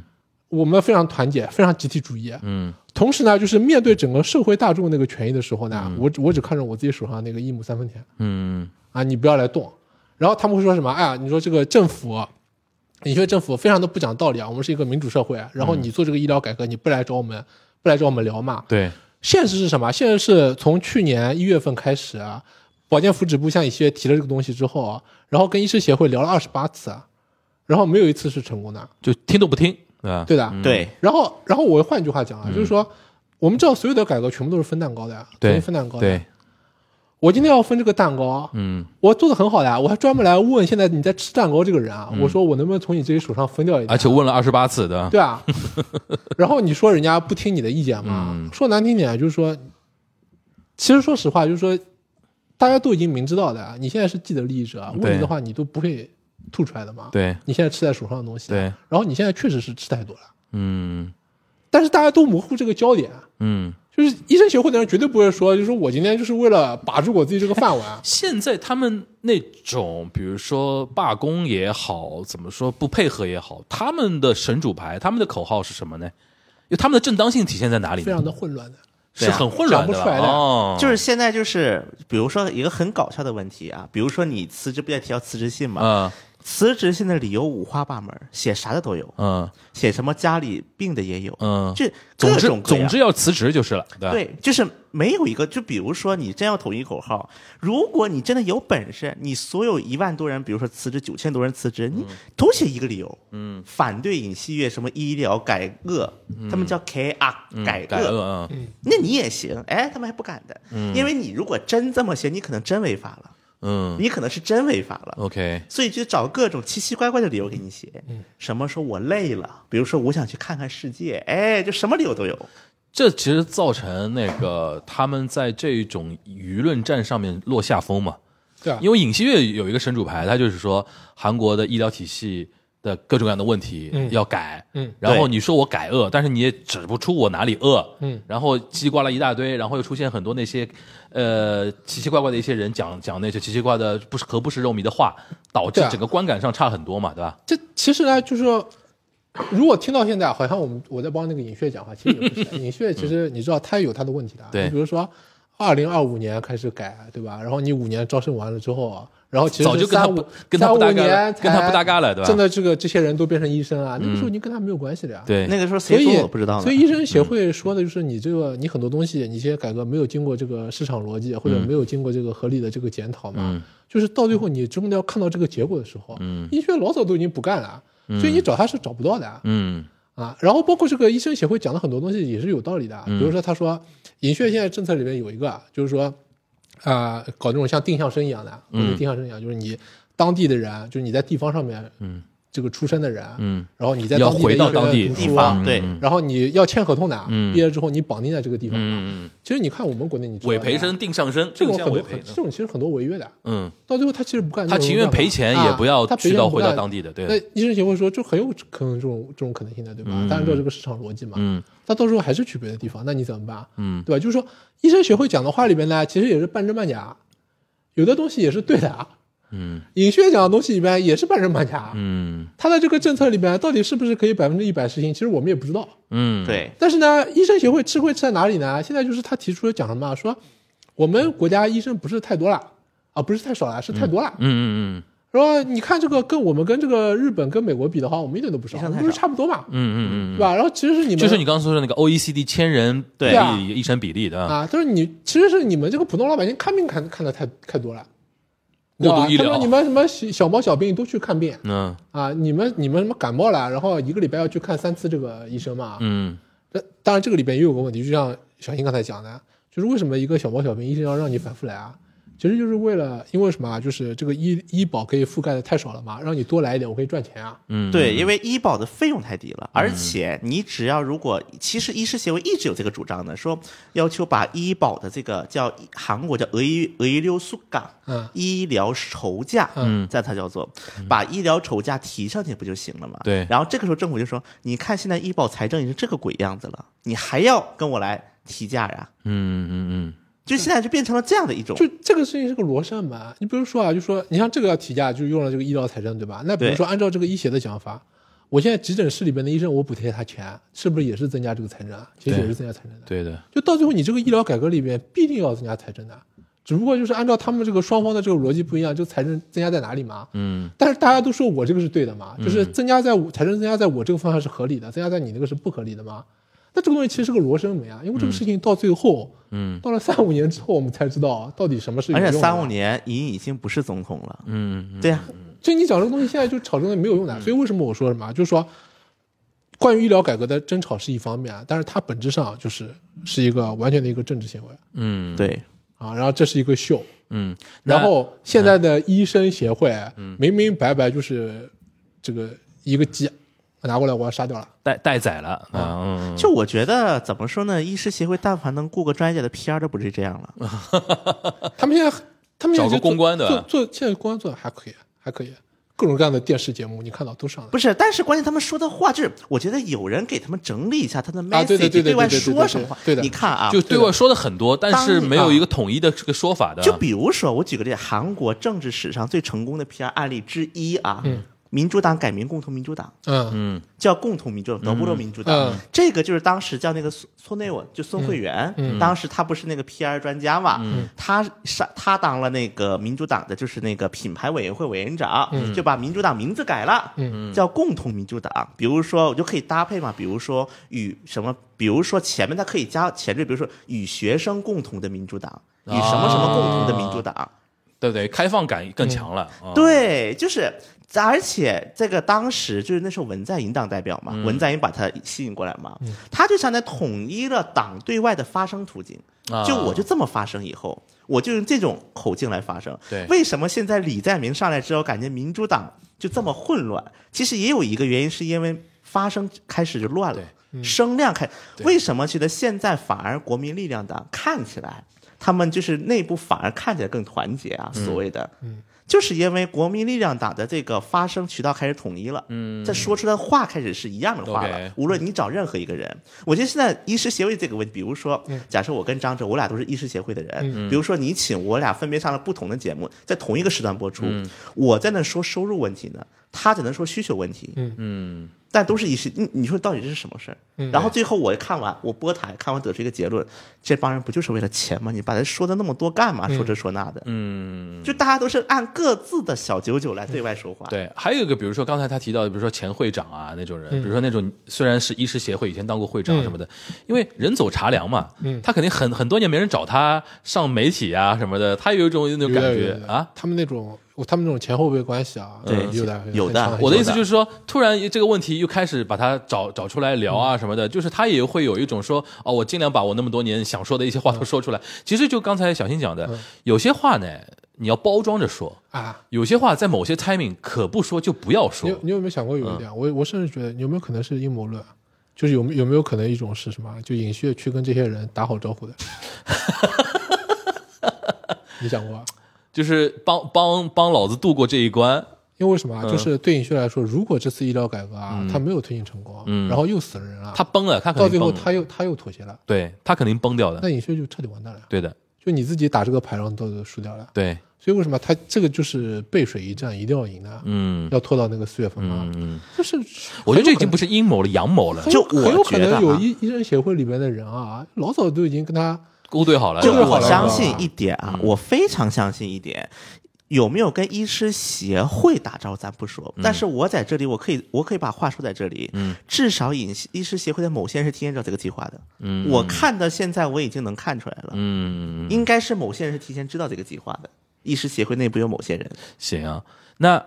F: 我们非常团结，非常集体主义，
B: 嗯
F: 同时呢，就是面对整个社会大众那个权益的时候呢，我只我只看着我自己手上那个一亩三分田
B: 嗯
F: 啊，你不要来动。然后他们会说什么？哎呀，你说这个政府，你说政府非常的不讲道理啊，我们是一个民主社会，然后你做这个医疗改革，你不来找我们，不来找我们聊嘛？
B: 对，
F: 现实是什么？现实是从去年一月份开始啊，保健福祉部向医学提了这个东西之后啊，然后跟医师协会聊了二十八次啊，然后没有一次是成功的，
B: 就听都不听，对吧？
F: 对的，
B: 嗯
E: 对，
F: 然后，然后我换句话讲啊，就是说，我们知道所有的改革全部都是分蛋糕的呀，全
B: 对
F: 是分蛋糕的。
B: 对，
F: 我今天要分这个蛋糕，啊
B: 嗯
F: 我做的很好的呀，我还专门来问现在你在吃蛋糕这个人啊，
B: 嗯
F: 我说我能不能从你这里手上分掉一点？
B: 而且问了二十八次的，
F: 对啊， [laughs] 然后你说人家不听你的意见嘛？
B: 嗯
F: 说难听点就是说，其实说实话就是说，大家都已经明知道的啊，你现在是既得利益者啊，
B: 对
F: 问你的话你都不会吐出来的嘛。
B: 对
F: 你现在吃在手上的东西，啊
B: 对，
F: 然后你现在确实是吃太多了，
B: 嗯
F: 但是大家都模糊这个焦点啊。
B: 嗯。。
F: 就是医生协会的人绝对不会说，就是我今天就是为了把住我自己这个饭碗啊
B: 现在他们那种，比如说罢工也好，怎么说不配合也好，他们的神主牌、他们的口号是什么呢？就他们的正当性体现在哪里呢？
F: [laughs] 非常的混乱的，
B: 是很混乱的吧
F: 讲不出来的
B: 哦，
E: 就是现在就是，比如说一个很搞笑的问题啊，比如说你辞职不也提交辞职信嘛？
B: 嗯
E: 辞职现在理由五花八门，写啥的都有，
B: 嗯
E: 写什么家里病的也有，
B: 嗯，
E: 就
B: 总
E: 各
B: 之
E: 种各
B: 总
E: 样
B: 之啊要辞职就是了，对吧？
E: 对，就是没有一个，就比如说你真要统一口号，如果你真的有本事，你所有一万多人，比如说辞职，九千多人辞职，
B: 嗯
E: 你都写一个理由，嗯，反对尹锡悦什么医疗改革，他们叫 K 啊、改
B: 嗯改恶啊，
E: 那你也行，哎，他们还不敢的，
F: 嗯
E: 因为你如果真这么写，你可能真违法了，
B: 嗯
E: 你可能是真违法
F: 嗯
E: 了。
B: ，OK，
E: 所以就找各种奇奇怪怪的理由给你写，什么说我累了，比如说我想去看看世界，哎，就什么理由都有。
B: 这其实造成那个他们在这种舆论战上面落下风嘛，
F: 对啊，
B: 因为尹锡悦有一个神主牌，他就是说韩国的医疗体系的各种各样的问题
F: 嗯
B: 要改，
F: 嗯
B: 然后
E: 对
B: 你说我改恶，但是你也指不出我哪里恶，
F: 嗯，
B: 然后叽里呱啦一大堆，然后又出现很多那些呃奇奇怪怪的一些人讲讲那些奇奇怪的不是和不是肉糜的话，导致
F: 对啊
B: 整个观感上差很多嘛，对吧？
F: 这其实呢，就是说，如果听到现在，好像我们我在帮那个尹雪讲话，其实也
B: [laughs]
F: 不是。尹雪其实你知道，他也有他的问题的。
B: 对
F: 你比如说，二零二五年开始改，对吧？然后你五年招生完了之后啊，然后其实
B: 早就跟他
F: 三五
B: 不跟他不搭嘎了
F: 三五年才
B: 跟他不搭嘎了对吧嗯
F: 真的，这个这些人都变成医生啊，那个时候已经跟他没有关系了呀。。
B: 对，
E: 那个时候谁
F: 所以
E: 说我不知道呢？
F: 所以医生协会说的就是你这个你很多东西，你这些改革没有经过这个市场逻辑，或者没有经过这个合理的这个检讨
B: 嗯
F: 嘛，就是到最后你真的要看到这个结果的时候，嗯，医学老早都已经不干了，所以你找他是找不到的啊。
B: 嗯
F: 啊，然后包括这个医生协会讲的很多东西也是有道理的啊，比如说他说，尹血现在政策里面有一个啊，就是说，啊、搞那种像定向生一样的啊，或者定向生一样，就是你当地的人，就是你在地方上面，嗯，这个出生的人，
B: 嗯，
F: 然后你在
B: 要
F: 当地的
B: 回到
F: 医学院
B: 当地
F: 读
E: 地
F: 书啊
E: 方对，
F: 然后你要签合同的啊，
B: 嗯
F: 毕业之后你绑定在这个地方啊。
B: 嗯嗯，
F: 其实你看我们国内你知道的
B: 委
F: 啊
B: 培生定上升，
F: 这种
B: 定
F: 很
B: 向
F: 多
B: 委培
F: 很，这种其实很多违约的，啊
B: 嗯，
F: 到最后他其实不干这
B: 他
F: 种干嘛，
B: 情愿赔钱也不
F: 啊
B: 要
F: 他赔
B: 去
F: 钱
B: 到
F: 不
B: 回到
F: 干
B: 当地的，对
F: 那，医生协会说，这很有可能这种这种可能性的，对吧？他按照这个市场逻辑嘛，
B: 嗯，
F: 他到时候还是去别的地方，那你怎么办？
B: 嗯
F: 对吧？就是说，医生协会讲的话里边呢，其实也是半真半假，有的东西也是对的啊。
B: 嗯
F: 尹血讲的东西里边也是半真半假，
B: 嗯
F: 他的这个政策里边到底是不是可以百分之一百实行，其实我们也不知道。
B: 嗯，，
E: 对，
F: 但是呢，医生协会吃亏吃在哪里呢？现在就是他提出了讲什么啊，说我们国家医生不是太多了啊，不是太少了，是太多了。
B: 嗯嗯
F: 说你看这个跟我们跟这个日本跟美国比的话，我们一点都不少，
E: 非常
F: 我们
E: 太
F: 不是
E: 少
F: 差不多嘛，
B: 嗯嗯嗯
F: 对吧？然后其实是你
B: 嗯，
F: 们
B: 就是你刚刚说的那个 OECD 千人比
E: 对
F: 啊
B: 例医生比例的啊，
F: 啊，就是你其实是你们这个普通老百姓看病看看的太太多了，
B: 过度
F: 对吧
B: 医疗
F: 他说你们什么小小猫小病都去看病
B: 嗯
F: 啊，你们你们什么感冒了，然后一个礼拜要去看三次这个医生嘛。
B: 嗯
F: 这当然这个里边也有个问题，就像小新刚才讲的，就是为什么一个小猫小病医生要让你反复来啊？其实就是为了，因为什么啊？就是这个医医保可以覆盖的太少了嘛，让你多来一点，我可以赚钱啊。
B: 嗯，
E: 对，因为医保的费用太低了，而且你只要如果，其实医师协会一直有这个主张的，说要求把医保的这个叫韩国叫의의료수가
F: 嗯，
E: 医疗酬价，
F: 嗯，
E: 在它叫做把医疗酬价提上去不就行了吗？
B: 对
E: 然后这个时候政府就说，你看现在医保财政已经这个鬼样子了，你还要跟我来提价呀？
B: 嗯嗯嗯
E: 就现在就变成了这样的一种，
F: 就这个事情是个罗生门。你比如说啊，就说你像这个要提价，就用了这个医疗财政，对吧？那比如
E: 对
F: 说按照这个医协的讲法，我现在急诊室里边的医生，我补贴他钱，是不是也是增加这个财政啊？其实
B: 对
F: 也是增加财政的
B: 嗯，。对的，
F: 就到最后，你这个医疗改革里边必定要增加财政的，啊只不过就是按照他们这个双方的这个逻辑不一样，就财政增加在哪里嘛？
B: 嗯
F: 但是大家都说我这个是对的
E: 嗯
F: 嘛，就是增加在我财政增加在我这个方向是合理的，增加在你那个是不合理的嘛？那这个东西其实是个罗生门啊，因为这个事情到最后，
B: 嗯
F: 到了三五年之后，我们才知道到底什么是有
E: 而
F: 用的。
E: 且三五，年尹已经不是总统了，
B: 嗯
E: 对呀、
F: 所以你讲这个东西现在就吵争的没有用
E: 嗯
F: 的。所以为什么我说什么啊，就是说，关于医疗改革的争吵是一方面啊，但是它本质上就是是一个完全的一个政治行为
B: 嗯
E: 对。
F: 啊，然后这是一个秀，
B: 嗯，那
F: 然后现在的医生协会啊
E: 嗯
F: 明明白白就是这个一个鸡拿过来我要杀掉了，
B: 带带宰了啊，嗯嗯
E: 就我觉得怎么说呢，医师协会但凡能雇个专业的 PR 都不是这样
F: 啊
E: 了。
F: 他们现在他们
B: 找
F: 现在
B: 个
F: 就做
B: 公关的
F: 做做现在公关做的还可以，还可以，各种各样的电视节目你看到都上了
E: 不。是，但是关键他们说的话，就是我觉得有人给他们整理一下他的
F: 啊对对
E: message，
F: 对对
E: 外
F: 对对对
E: 说什么话。
F: 对的啊
E: 你看啊，
B: 就对外说的很多，但是没有
E: 当
B: 一个统一的这个说法的，
E: 就比如说，我举个例，韩国政治史上最成功的 PR 案例之一啊，民主党改名共同民主党，
F: 嗯
E: 叫共同民主党，德布罗民主党。
F: 嗯
E: 这个就是当时叫那个孙孙内文，就孙慧媛，
F: 嗯
E: 当时他不是那个 PR 专家嘛，他上他当了那个民主党的就是那个品牌委员会委员长，
F: 嗯
E: 就把民主党名字改了，叫共同民主党。比如说，我就可以搭配嘛，比如说与什么，比如说前面它可以加前缀，比如说与学生共同的民主党，与什么什么共同的民主党。
B: 对不对？开放感
F: 嗯
B: 更强了。啊，
E: 对，就是，而且这个当时就是那时候文在寅当代表嘛，
B: 嗯
E: 文在寅把他吸引过来嘛，他就相当于统一了党对外的发声途径。
B: 啊
E: 就我就这么发声以后，我就用这种口径来发声。
B: 对
E: 为什么现在李在明上来之后，感觉民主党就这么混乱？其实也有一个原因，是因为发声开始就乱了
B: 对，嗯
E: 声量开。为什么觉得现在反而国民力量党看起来，他们就是内部反而看起来更团结啊？所谓的，就是因为国民力量党的这个发声渠道开始统一了，嗯，在说出来的话开始是一样的话了
B: OK。
E: 无论你找任何一个人，我觉得现在医师协会这个问题，比如说，假设我跟张哲，我俩都是医师协会的人，比如说你请我俩分别上了不同的节目，在同一个时段播出，我在那说收入问题呢，他只能说需求问题，
F: 嗯
E: 嗯。但都是医师，你你说到底这是什么事儿？然后最后我看完，我播台看完得出一个结论：这帮人不就是为了钱吗？你把他说的那么多干嘛？说这说那的，
B: 嗯
E: 就大家都是按各自的小九九来对外说
F: 啊
E: 话。
B: 对，还有一个，比如说刚才他提到的，比如说前会长啊那种
F: 嗯
B: 人，比如说那种虽然是医师协会以前当过会长什么的，因为人走茶凉嘛，
F: 嗯
B: 他肯定很很多年没人找他上媒体啊什么的，他有一种那种
F: 有
B: 感
F: 点
B: 觉啊。，
F: 他们那种他们那种前后辈关系啊，
E: 对
F: 有点
E: 有的
F: 很强
B: 我的意思
E: 有的
B: 就是说，突然这个问题又开始把他找找出来聊啊什
F: 嗯
B: 么的，就是他也会有一种说，哦，我尽量把我那么多年想说的一些话都说出
F: 嗯
B: 来。其实就刚才小新讲的，有些话呢，你要包装着说，
F: 啊，
B: 有些话在某些 timing 可不说就不要说
F: 你有。你有没有想过有
B: 嗯
F: 一点？我我甚至觉得有没有可能是阴谋论？啊就是有没有没有可能一种是什么？啊就尹旭去跟这些人打好招呼的？你想过啊？
B: 就是帮帮帮老子度过这一关。
F: 因为为什
B: 嗯
F: 么啊？就是对尹旭来说，如果这次医疗改革啊，他没有推进成功，然后又死了人了，
B: 嗯他崩了，他肯
F: 到
B: 定
F: 最后
B: 崩了，
F: 他又他又妥协了，
B: 对他肯定崩掉的
F: 那。尹旭就彻底完蛋了呀。
B: 对的，
F: 就你自己打这个牌，然后到最后输掉了。
B: 对，
F: 所以为什么他这个就是背水一战，一定要赢的，
B: 嗯
F: 要拖到那个四月份嘛？
B: 嗯，
F: 就是
B: 我觉得这已
F: 很有可能
B: 经不是阴谋了，阳谋了，
F: 很
E: 就
F: 有很
E: 我
F: 有可
E: 觉得
F: 能
E: 啊
F: 有医医生协会里边的人啊，老早都已经跟他
B: 勾兑好了。
E: 就
F: 这个好
E: 我
F: 了
E: 相信一点啊，我非常相信一点。有没有跟医师协会打招呼咱不说，但是我在这里，我可以，我可以把话说在这里。嗯，至少医医师协会的某些人是提前知道这个计划的。嗯，我看到现在我已经能看出来了，
B: 嗯，
E: 应该是某些人是提前知道这个计划的。医师协会内部有某些人，
B: 行啊，那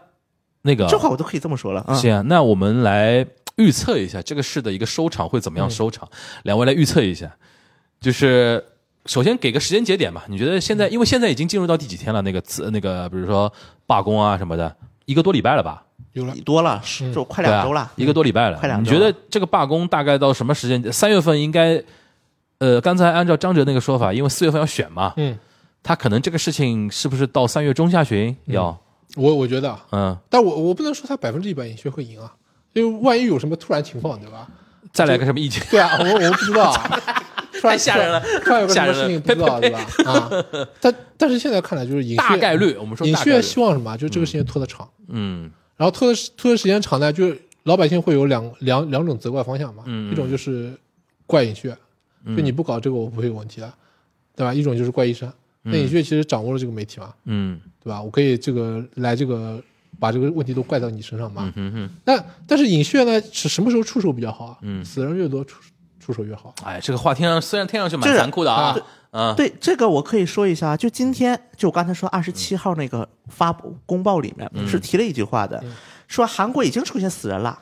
B: 那个
E: 这话我都可以这么说了啊。
B: 行啊，那我们来预测一下这个事的一个收场会怎
F: 嗯
B: 么样收场？两位来预测一下，就是。首先给个时间节点吧，你觉得现
F: 嗯
B: 在，因为现在已经进入到第几天了？那个次那个，比如说罢工啊什么的，一个多礼拜了吧？
F: 有了
E: 多了，是就快两周了。
B: 对啊一个多礼拜了。
E: 快两
B: 你
E: 周
B: 觉得
E: 了
B: 这个罢工大概到什么时间？三月份应该，呃，刚才按照张哲那个说法，因为四月份要选嘛，
F: 嗯，
B: 他可能这个事情是不是到三月中下旬要，
F: 我，我觉得啊，
B: 嗯，
F: 但我我不能说他百分之一百尹学会赢啊，因为万一有什么突然情况，对吧？
B: 再来个什么意见？
F: 对啊，我我不知道啊，突
B: [laughs] 太
F: 然
B: 吓人了
F: 突然有个什
B: 吓
F: 么
B: 人了
F: 事情不知道，
B: [laughs]
F: 对吧？啊，但但是现在看来就是尹
B: 大
F: 旭
B: 概率，我们说
F: 尹
B: 大概
F: 旭
B: 率，
F: 希望什么啊？就是这个事情拖得长，
B: 嗯
F: 然后拖的时拖的时间长呢，就是老百姓会有两两两种责怪方向嘛，
B: 嗯
F: 一种就是怪尹旭，就你不搞这个我不会有问题的，啊对吧？一种就是怪医生，那尹旭其实掌握了这个媒体嘛，
B: 嗯
F: 对吧？我可以这个来这个把这个问题都怪到你身上嘛。
B: 嗯哼，
F: 那但是尹血呢是什么时候出手比较好啊？嗯，死人越多出出手越好。啊
B: 哎，这个话听上虽然听上去蛮
E: 这个
B: 残酷的啊，嗯，
E: 对这个我可以说一下，就今天就我刚才说二十七
B: 嗯
E: 号那个发布公报里面、是提了一句话的，
B: 嗯
E: 说韩国已经出现死人了，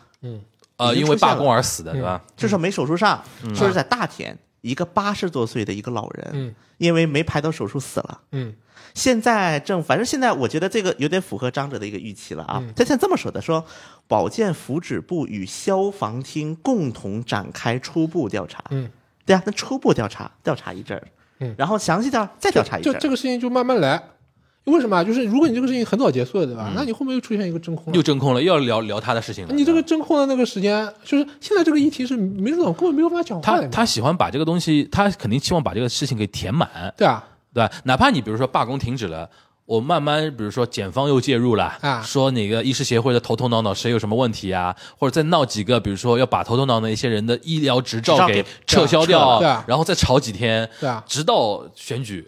B: 呃，
E: 已经
B: 因为
E: 出现
B: 罢
E: 了嗯
B: 工而死的，对吧？
E: 就是没手术上，
B: 嗯
E: 说是在大田一个八十多岁的一个老人，
F: 嗯
E: 因为没排到手术死了。
F: 嗯，
E: 现在正反正现在我觉得这个有点符合张哲的一个预期了啊。他现在这么说的，说保健福祉部与消防厅共同展开初步调查。
F: 嗯，
E: 对啊，那初步调查调查一阵儿，
F: 嗯
E: 然后详细调再调查一
F: 就
E: 阵儿。
F: 这个事情就慢慢来。为什么啊？就是如果你这个事情很早结束了，对吧？那你后面又出现一个真空了
B: 嗯又真空了，又要聊聊他的事情了。
F: 你这个真空的那个时间，就是现在这个议题是民主党根本没有办法讲话
B: 他
F: 的嘛。
B: 他喜欢把这个东西，他肯定希望把这个事情给填满，
F: 对啊，
B: 对吧？哪怕你比如说罢工停止了，我慢慢，比如说检方又介入了，
F: 啊
B: 说哪个医师协会的头头脑脑谁有什么问题啊，或者再闹几个，比如说要把头头脑脑一些人的医疗执
E: 执
B: 照
E: 照
B: 给
E: 给
B: 撤销
E: 撤
B: 掉，
E: 了
F: 对啊
B: 然后再吵几天，
F: 对啊
B: 直到选举，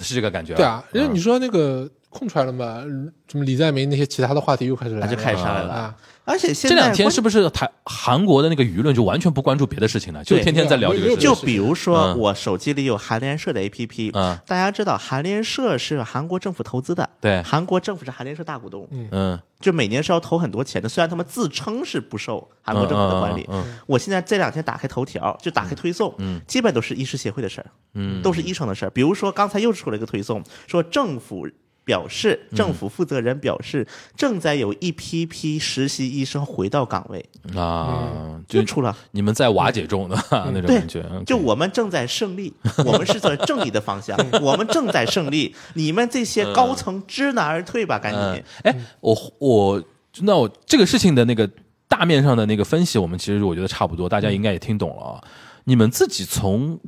B: 是这个感觉吧，嗯
F: 对啊，因为你说那个空出来了嘛，什么李在明那些其他的话题又开始来
E: 那
F: 了，
E: 就开始上来了。
F: 啊，
E: 而且现
B: 这
E: 在
B: 两天
E: 关
B: 是不是台韩国的那个舆论就完全不关注别的事情了，就
E: 对啊
B: 天天在聊这个
F: 没有
B: 事
E: 就
B: 情？
E: 比如说，
B: 嗯
E: 我手机里有韩联社的 APP，、
B: 嗯
E: 大家知道韩联社是韩国政府投资的，
B: 对
E: 韩国政府是韩联社大股东，
B: 嗯，
E: 就每年是要投很多钱的。虽然他们自称是不受韩国政府的管理，
B: 嗯嗯
E: 我现在这两天打开头条，就打开推送，基本都是医师协会的事儿，
B: 嗯
E: 都是医生的事儿。比如说刚才又出了一个推送，说政府。表示，
B: 嗯
E: 政府负责人表示，正在有一批批实习医生回到岗位，
B: 啊，
E: 就
B: 就
E: 出了
B: 你们在瓦解中的 [laughs] 那种
E: 对
B: 感觉，嗯
E: 就我们正在
B: [laughs]
E: 胜利，我们是在正义的方向，我们正在胜利。你们这些高层知难而退吧，赶
B: 嗯
E: 紧。，
B: 哎，我我那我这个事情的那个大面上的那个分析，我们其实我觉得差不多，大家应该也听懂了啊。你们自己从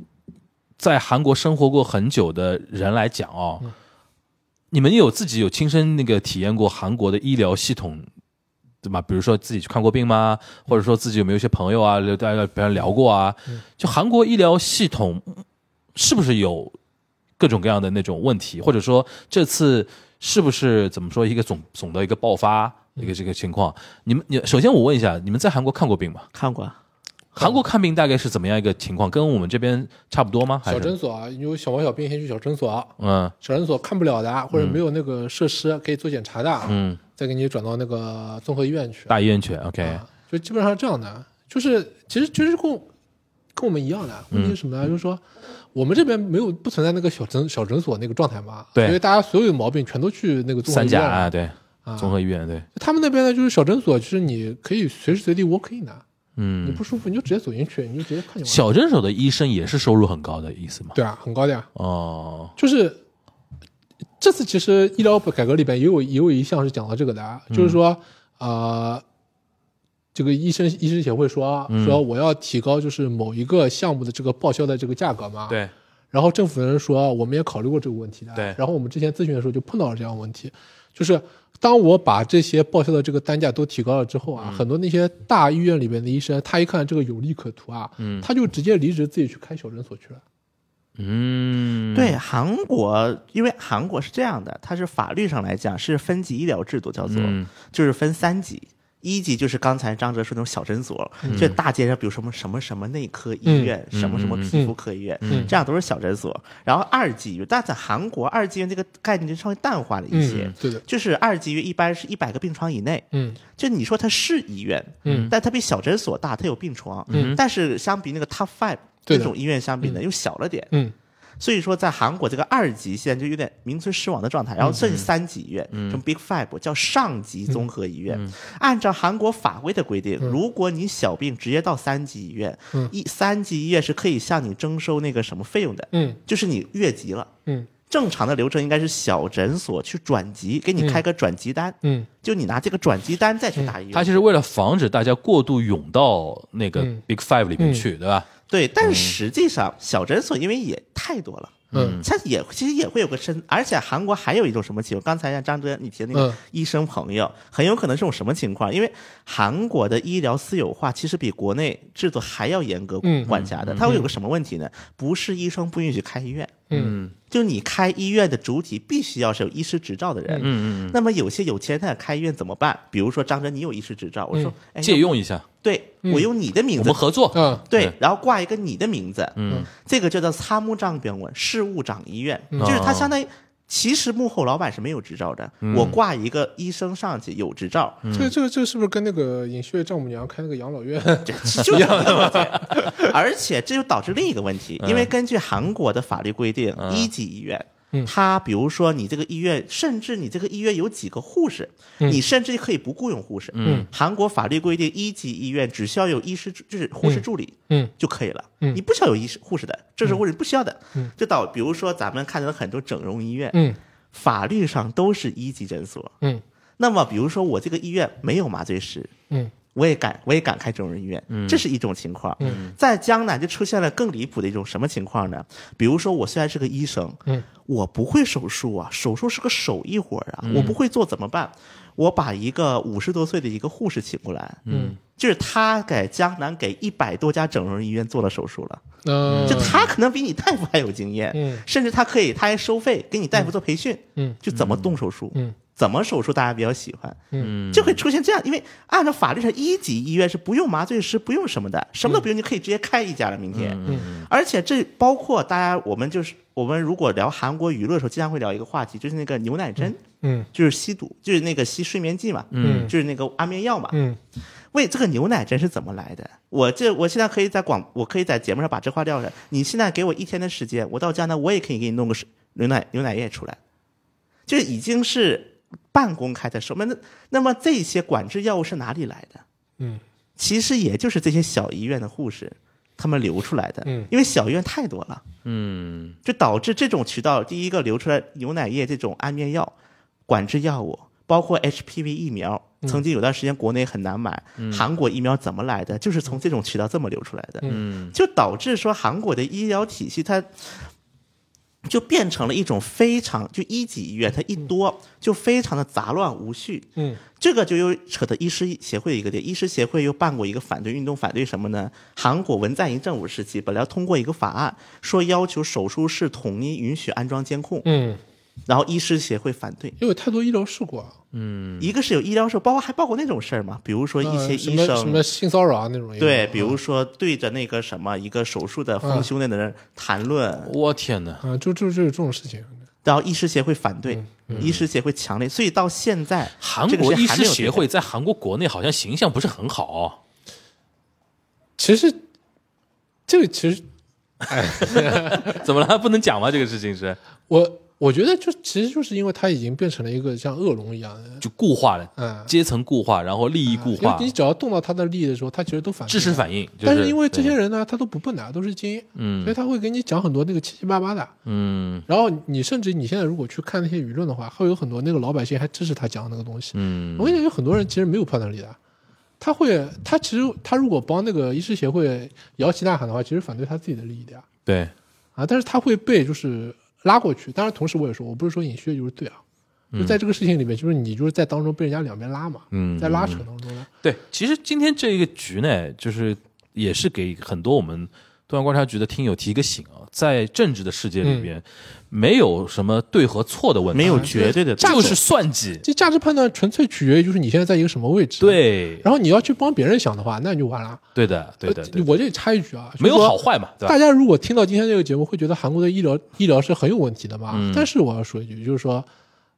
B: 在韩国生活过很久的人来讲哦，你们有自己有亲身那个体验过韩国的医疗系统对吧？比如说自己去看过病吗？或者说自己有没有一些朋友啊，聊大家别人聊过啊？就韩国医疗系统是不是有各种各样的那种问题，或者说这次是不是怎么说一个总总的一个爆发一个这个情况？你们你首先我问一下，你们在韩国看过病吗？
E: 看过，啊
B: 韩国看病大概是怎么样一个情况？跟我们这边差不多吗？还
F: 小诊
B: 是
F: 所啊，有小毛小病先去小诊所，
B: 嗯
F: 小诊所看不了的啊，或
E: 嗯
F: 者没有那个设施可以做检查的啊，
B: 嗯，
F: 再给你转到那个综合医院去。
B: 大医院去，OK，、
F: 啊，就基本上是这样的，就是其实其实跟我跟我们一样的，问题是什
B: 嗯
F: 么呢？就是说我们这边没有不存在那个小诊小诊所那个状态嘛，
B: 对
F: 所以大家所有的毛病全都去那个综合
B: 三
F: 医
B: 甲
F: 院
B: 啊，
F: 了。
B: 对，
F: 啊
B: 综合医院对，
F: 他们那边呢，就是小诊所，就是你可以随时随地 walk in 的，你
B: 嗯，
F: 不舒服你就直接走进去，你就直接看就完了。
B: 小诊所的医生也是收入很高的意思吗？
F: 对啊，很高的呀。
B: 哦，
F: 就是这次其实医疗改革里边也有也有一项是讲到这个的啊，
B: 嗯
F: 就是说呃，这个医生医师协会说啊
B: 嗯
F: 说我要提高就是某一个项目的这个报销的这个价格嘛，。
B: 对，
F: 然后政府的人说啊我们也考虑过这个问题的，啊
B: 对
F: 然后我们之前咨询的时候就碰到了这样的问题，就是。当我把这些报销的这个单价都提高了之后啊，
B: 嗯
F: 很多那些大医院里面的医生，他一看这个有利可图啊，他就直接离职自己去开小诊所去了。
B: 嗯，
E: 对啊韩国，因为韩国是这样的，它是法律上来讲是分级医疗制度，叫做、
B: 嗯
E: 就是分三级。一级就是刚才张哲说那种小诊所，
F: 嗯
E: 就大街上，比如什么什么什么内科医院，什么什
F: 嗯
E: 么皮肤科医院，
B: 嗯
E: 这样都是小诊所。然后二级医院，但在韩国二级医院这个概念就稍微淡化了一些，
F: 嗯，对的，
E: 就是二级医院一般是一百个病床以内，
F: 嗯，
E: 就你说它是医院，
F: 嗯，
E: 但它比小诊所大，它有病床，嗯，但是相比那个 Top Five 这
F: 对的
E: 种医院相比呢，又小了点，
F: 嗯，
E: 所以说在韩国这个二级现在就有点名存实亡的状态，然后剩三级医院，什么 Big Five 叫上级综合医院，按照韩国法规的规定，如果你小病直接到三级医院，一三级医院是可以向你征收那个什么费用的，
F: 嗯
E: 就是你越级了。
F: 嗯
E: 正常的流程应该是小诊所去转级，给你开个转级单，
F: 嗯，
E: 就你拿这个转级单再去打医院。
B: 他其实为了防止大家过度涌到那个
F: 嗯
B: Big Five 里面去，对吧？
E: 对，但实际上小诊所因为也太多了。
F: 嗯，
E: 它也其实也会有个身，而且韩国还有一种什么情况？刚才像张哲你提的那
F: 嗯
E: 个医生朋友，很有可能是种什么情况？因为韩国的医疗私有化其实比国内制度还要严格
F: 嗯
E: 管辖的。它会有个什么问题呢？不是医生不允许开医院，
F: 嗯，
E: 就你开医院的主体必须要是有医师执照的人。嗯嗯。那么有些有钱人开医院怎么办？比如说张哲，你有医师执照，我说，哎，
B: 借，用一下，
E: 对我用你的名字，
B: 我们合作。
F: 嗯
E: 对，然后挂一个你的名字，嗯，这个叫做参谋长병원，事务长医院，就是它相当于。其实幕后老板是没有执照的，我挂一个医生上去有执照，
F: 这个这个这个是不是跟那个尹旭丈母娘开那个养老院？
E: 这就一样的。 [laughs] 而且这就导致另一个问
F: 嗯
E: 题，因为根据韩国的法律规定，一级医院，
F: 嗯
E: 它比如说你这个医院，甚至你这个医院有几个护士，你甚至可以不雇佣护士。
F: 嗯，
E: 韩国法律规定，一级医院只需要有医师助，就是护士助理，
F: 嗯，
E: 就可以了。
F: 嗯
E: 你不需要有医师护士的，这是护士不需要的。
F: 嗯，
E: 就到比如说咱们看到的很多整容医院，
F: 嗯
E: 法律上都是一级诊所。
F: 嗯
E: 那么比如说我这个医院没有麻醉师，
F: 嗯
E: 我也敢，我也敢开整容医院，这是一种情况。
F: 嗯
E: 在江南就出现了更离谱的一种什么情况呢？比如说，我虽然是个医生，
F: 嗯
E: 我不会手术啊，手术是个手艺活儿啊，
F: 嗯
E: 我不会做怎么办？我把一个五十多岁的一个护士请过来，
F: 嗯，
E: 就是他给江南给一百多家整容医院做了手术了，
F: [laughs] 那
E: 就 [laughs] 他可能比你大夫还有经验，
F: 嗯
E: 甚至他可以他还收费给你大夫做培训，
F: 嗯
E: 就怎么动手术，
F: 嗯
E: 怎么手术大家比较喜欢，
F: 嗯
E: 就会出现这样，因为按照法律上，一级医院是不用麻醉师，不用什么的，什么都不用，你可以直接开一家了。明
F: 嗯
E: 天，而且这包括大家，我们就是我们如果聊韩国娱乐的时候，经常会聊一个话题，就是那个牛奶针，
F: 嗯
E: 就是吸毒，就是那个吸睡眠剂嘛，
F: 嗯
E: 就是那个安眠药嘛。
F: 嗯
E: 喂，这个牛奶针是怎么来的？我这我现在可以在广，我可以在节目上把这话撂下。你现在给我一天的时间，我到家呢，我也可以给你弄个水牛奶牛奶液出来，就是已经是半公开在售卖。那那么这些管制药物是哪里来的？
F: 嗯，
E: 其实也就是这些小医院的护士他们流出来的，
F: 嗯
E: 因为小医院太多了，
B: 嗯
E: 就导致这种渠道，第一个流出来牛奶液这种安眠药、管制药物，包括 HPV 疫苗，
B: 嗯
E: 曾经有段时间国内很难买，韩国疫苗怎么来的？就是从这种渠道这么流出来的，
B: 嗯
E: 就导致说韩国的医疗体系它。就变成了一种非常就一级医院，它一多就非常的杂乱无序，
F: 嗯
E: 这个就又扯到医师协会一个点，医师协会又办过一个反对运动，反对什么呢？韩国文在寅政府时期，本来要通过一个法案，说要求手术室统一允许安装监控，
F: 嗯，
E: 然后医师协会反对。
F: 因为太多医疗事故啊，
E: 一个是有医疗事故，包括还包括那种事儿嘛，比如说一
F: 呃
E: 些
F: 什
E: 医
F: 么
E: 生、
F: 什么性骚扰啊那种也有，
E: 对，比如说对着那个什么一个手术的
F: 嗯
E: 丰胸的人谈论，
B: 我天哪，
F: 啊，就就就有这种事情，
E: 然后医师协会反对，医师协会强烈，所以到现在
B: 嗯韩
E: 这个
B: 国
E: 是
B: 医
E: 还
B: 师
E: 没有
B: 协
E: 对的
B: 会在韩国国内好像形象不是很好，
F: 其实这个其实
B: 怎么了？ [laughs] 不能讲吗？这个事情是
F: 我我觉得就其实就是因为它已经变成了一个像恶龙一样的，
B: 就固化了，
F: 嗯，
B: 阶层固化，然后利益固
F: 因为
B: 化，
F: 你只要动到他的利益的时候，他其实都反
B: 知识
F: 应的。
B: 反应。就
F: 但是因为这些
B: 对
F: 人呢，他都不笨的，都是精英，
B: 嗯
F: 所以他会给你讲很多那个七七八八的。
B: 嗯
F: 然后你甚至你现在如果去看那些舆论的话，会有很多那个老百姓还支持他讲的那个东西。
B: 嗯
F: 我跟你讲，有很多人其实没有判断力的，他会他其实他如果帮那个医师协会摇旗呐喊的话，其实反对他自己的利益的呀
B: 对，
F: 啊，但是他会被就是拉过去。当然，同时我也说，我不是说尹旭就是对啊，就在这个事情里面，就是你就是在当中被人家两边拉嘛，
B: 嗯
F: 在拉扯当中呢，
B: 对，其实今天这一个局呢，就是也是给很多我们东阳观察局的听友提一个醒啊，在政治的世界里边，没有什么对和错的问题，
E: 嗯没有绝对的对
B: 就是算计。
F: 这价值判断纯粹取决于就是你现在在一个什么位置。。
B: 对，
F: 然后你要去帮别人想的话，那你就完了。
B: 对的，对的，
F: 呃
B: 对的，
F: 我这里插一句啊，就是
B: 没有
F: 说
B: 好坏嘛，对吧
F: 大？家如果听到今天这个节目，会觉得韩国的医疗医疗是很有问题的嘛？
B: 嗯
F: 但是我要说一句，就是说，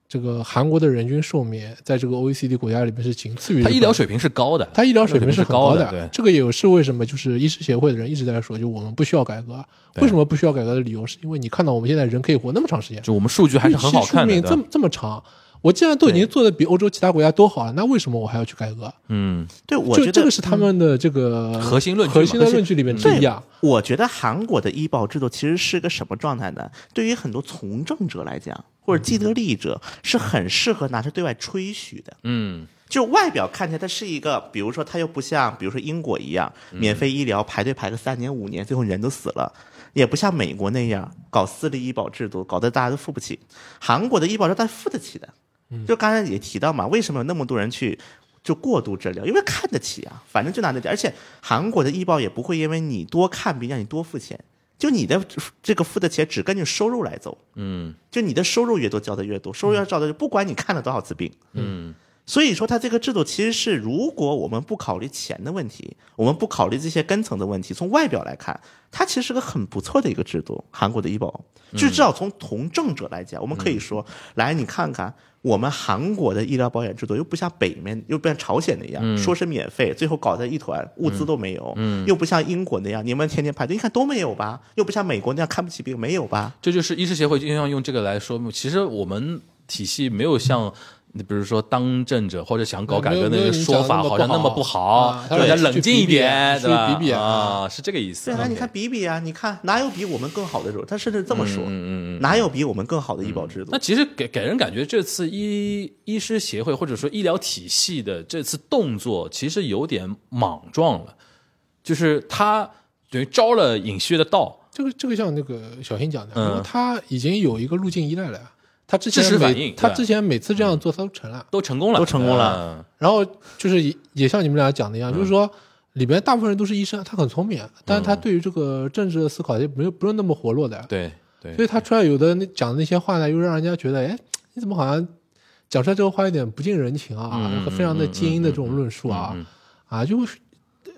F: 这个韩国的人均寿命在这个 OECD 国家里面是仅次于日
B: 他
F: 本
B: 医疗，水平是高的，
F: 它医疗水平
B: 是
F: 很高
B: 的，对，
F: 这个也是为什么就是医师协会的人一直在说，就我们不需要改革。为什么不需要改革的理由，是因为你看到我们现在人可以活那么长时间，
B: 就我们数据还是很好看的，
F: 预期寿命
B: 对
F: 这
B: 吧
F: 么这么长。我既然都已经做的比欧洲其他国家都好了，那为什么我还要去改革？
B: 嗯
E: 对我觉
F: 就
E: 得
F: 这个是他们的这个
B: 核心论据嘛
F: 核心的论据里面之一啊。
E: 我觉得韩国的医保制度其实是个什么状态呢？对于很多从政者来讲，或者
B: 嗯
E: 既得利益者，是很适合拿着对外吹嘘的。
B: 嗯
E: 就外表看起来，它是一个，比如说，它又不像，比如说英国一样，免费医疗排队排个三年五年，最后人都死了，也不像美国那样搞私立医保制度，搞得大家都付不起。韩国的医保制度大家付得起的，就刚才也提到嘛，为什么有那么多人去就过度治疗？因为看得起啊，反正就拿那点，而且韩国的医保也不会因为你多看病让你多付钱，就你的这个付的钱只跟你收入来走，
B: 嗯
E: 就你的收入越多交的越多，收入要交的不管你看了多少次病，
B: 嗯，
E: 所以说，它这个制度其实是，如果我们不考虑钱的问题，我们不考虑这些根层的问题，从外表来看，它其实是个很不错的一个制度。韩国的医保，就至少从从政者来讲，我们可以说，来你看看我们韩国的医疗保险制度，又不像北面，又不像朝鲜那样、说是免费，最后搞得一团物资都没有，又不像英国那样，你们天天排队，你看都没有吧？又不像美国那样看不起病，没有吧？
B: 这就是医师协会经常用这个来说，其实我们体系没有像你比如说当政者或者想搞改革
F: 没有没有
B: 个
F: 你
B: 说
F: 讲
B: 法，
F: 得那么
B: 好像
F: 不
B: 那么
F: 好
B: 不
F: 啊
B: 好，
F: 他
B: 大家
F: 说去
B: 冷静
F: 比
B: 一
F: 比
B: 点，
F: 去
B: 对吧？
F: 比比啊
B: 啊，是这个意思。
E: 对啊，你
B: OK
E: 看比比啊，你看哪有比我们更好的时候？他甚至这么说，
B: 嗯嗯嗯嗯
E: 哪有比我们更好的医保制度
B: 那？其实给给人感觉，这次医医师协会或者说医疗体系的这次动作，其实有点莽撞了，就是他等于招了尹旭的道，
F: 这个这个像那个小新讲的，
B: 嗯
F: 因为他已经有一个路径依赖了呀。他之
B: 知识
F: 前
B: 反应
F: 每
B: 对吧
F: 他之前每次这样做，他都成了。
B: 都成功了，嗯
E: 都成功了
F: 然后就是也也像你们俩讲的一样，就是说里边大部分人都是医生，他很聪
B: 嗯
F: 明，但是他对于这个政治的思考也没有不是那么活络的
B: 嗯。，对对，
F: 所以他出来有的那讲的那些话呢，又让人家觉得，哎，你怎么好像讲出来这个话有点不近人情啊，
B: 嗯
F: 然后非常的精英的这种论述啊，
B: 嗯嗯
F: 啊，就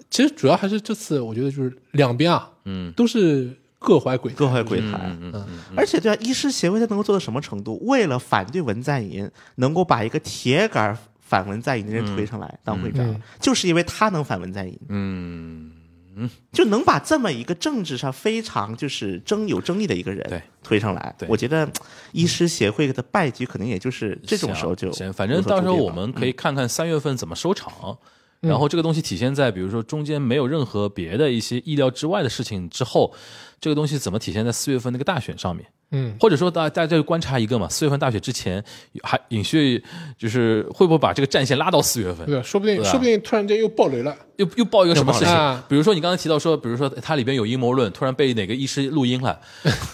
F: 其实主要还是这次我觉得就是两边啊
B: 嗯，
F: 都是各怀鬼胎
E: 各怀鬼胎。啊
B: 嗯嗯嗯
E: 而且对啊，医师协会它能够做到什么程度？为了反对文在寅，能够把一个铁杆反文在寅的人推上来当会长，
F: 嗯
E: 就是因为他能反文在寅，
B: 嗯
E: 就能把这么一个政治上非常就是争有争议的一个
B: 对
E: 人推上来
B: 对。
E: 我觉得医师协会的败局可能也就是这种时候就
B: 行，行反正
E: 无所
B: 到时候
E: 注定
B: 我
E: 了
B: 们可以看看三月份怎么收场。
E: 嗯
B: 然后这个东西体现在，比如说中间没有任何别的一些意料之外的事情之后，这个东西怎么体现在四月份那个大选上面？
F: 嗯，
B: 或者说大大家就观察一个嘛，四月份大选之前还尹旭就是会不会把这个战线拉到四月份？
F: 对吧？说不定
B: 对啊
F: 说不定突然间又爆雷了，
B: 又又爆一个什么事
F: 又
B: 情
F: 爆了？
B: 比如说你刚才提到说，比如说它里边有阴谋论，突然被哪个医师录音 [laughs] 了，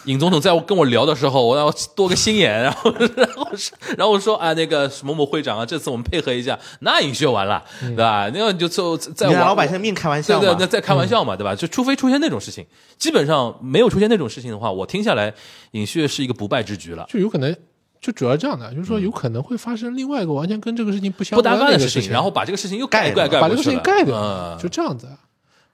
B: 尹总统在跟我聊的时候，我要多个心眼，然后 [laughs] 然后是然后我说啊那个某某会长啊，这次我们配合一下，那尹旭完了，对吧？那你就就在
E: 你拿
B: 玩
E: 老百姓命开玩
B: 对
E: 笑
B: 对
E: 嘛，，
B: 那在开玩笑嘛，对吧？就除非出现那种事情，基本上没有出现那种事情的话，我听下来，尹旭是一个不败之局了。
F: 就有可能。就主要这样的，就是说有可能会发生另外一个完全跟这个事情不相
B: 不搭
F: 关
B: 嘎
F: 的
B: 的
F: 一个
B: 事情，
F: 情，
B: 然后把这个事情又盖盖
E: 盖
B: 盖
F: 把
B: 过
F: 这个
B: 去
F: 事情
B: 了
F: 盖掉，
B: 嗯
F: 就这样子。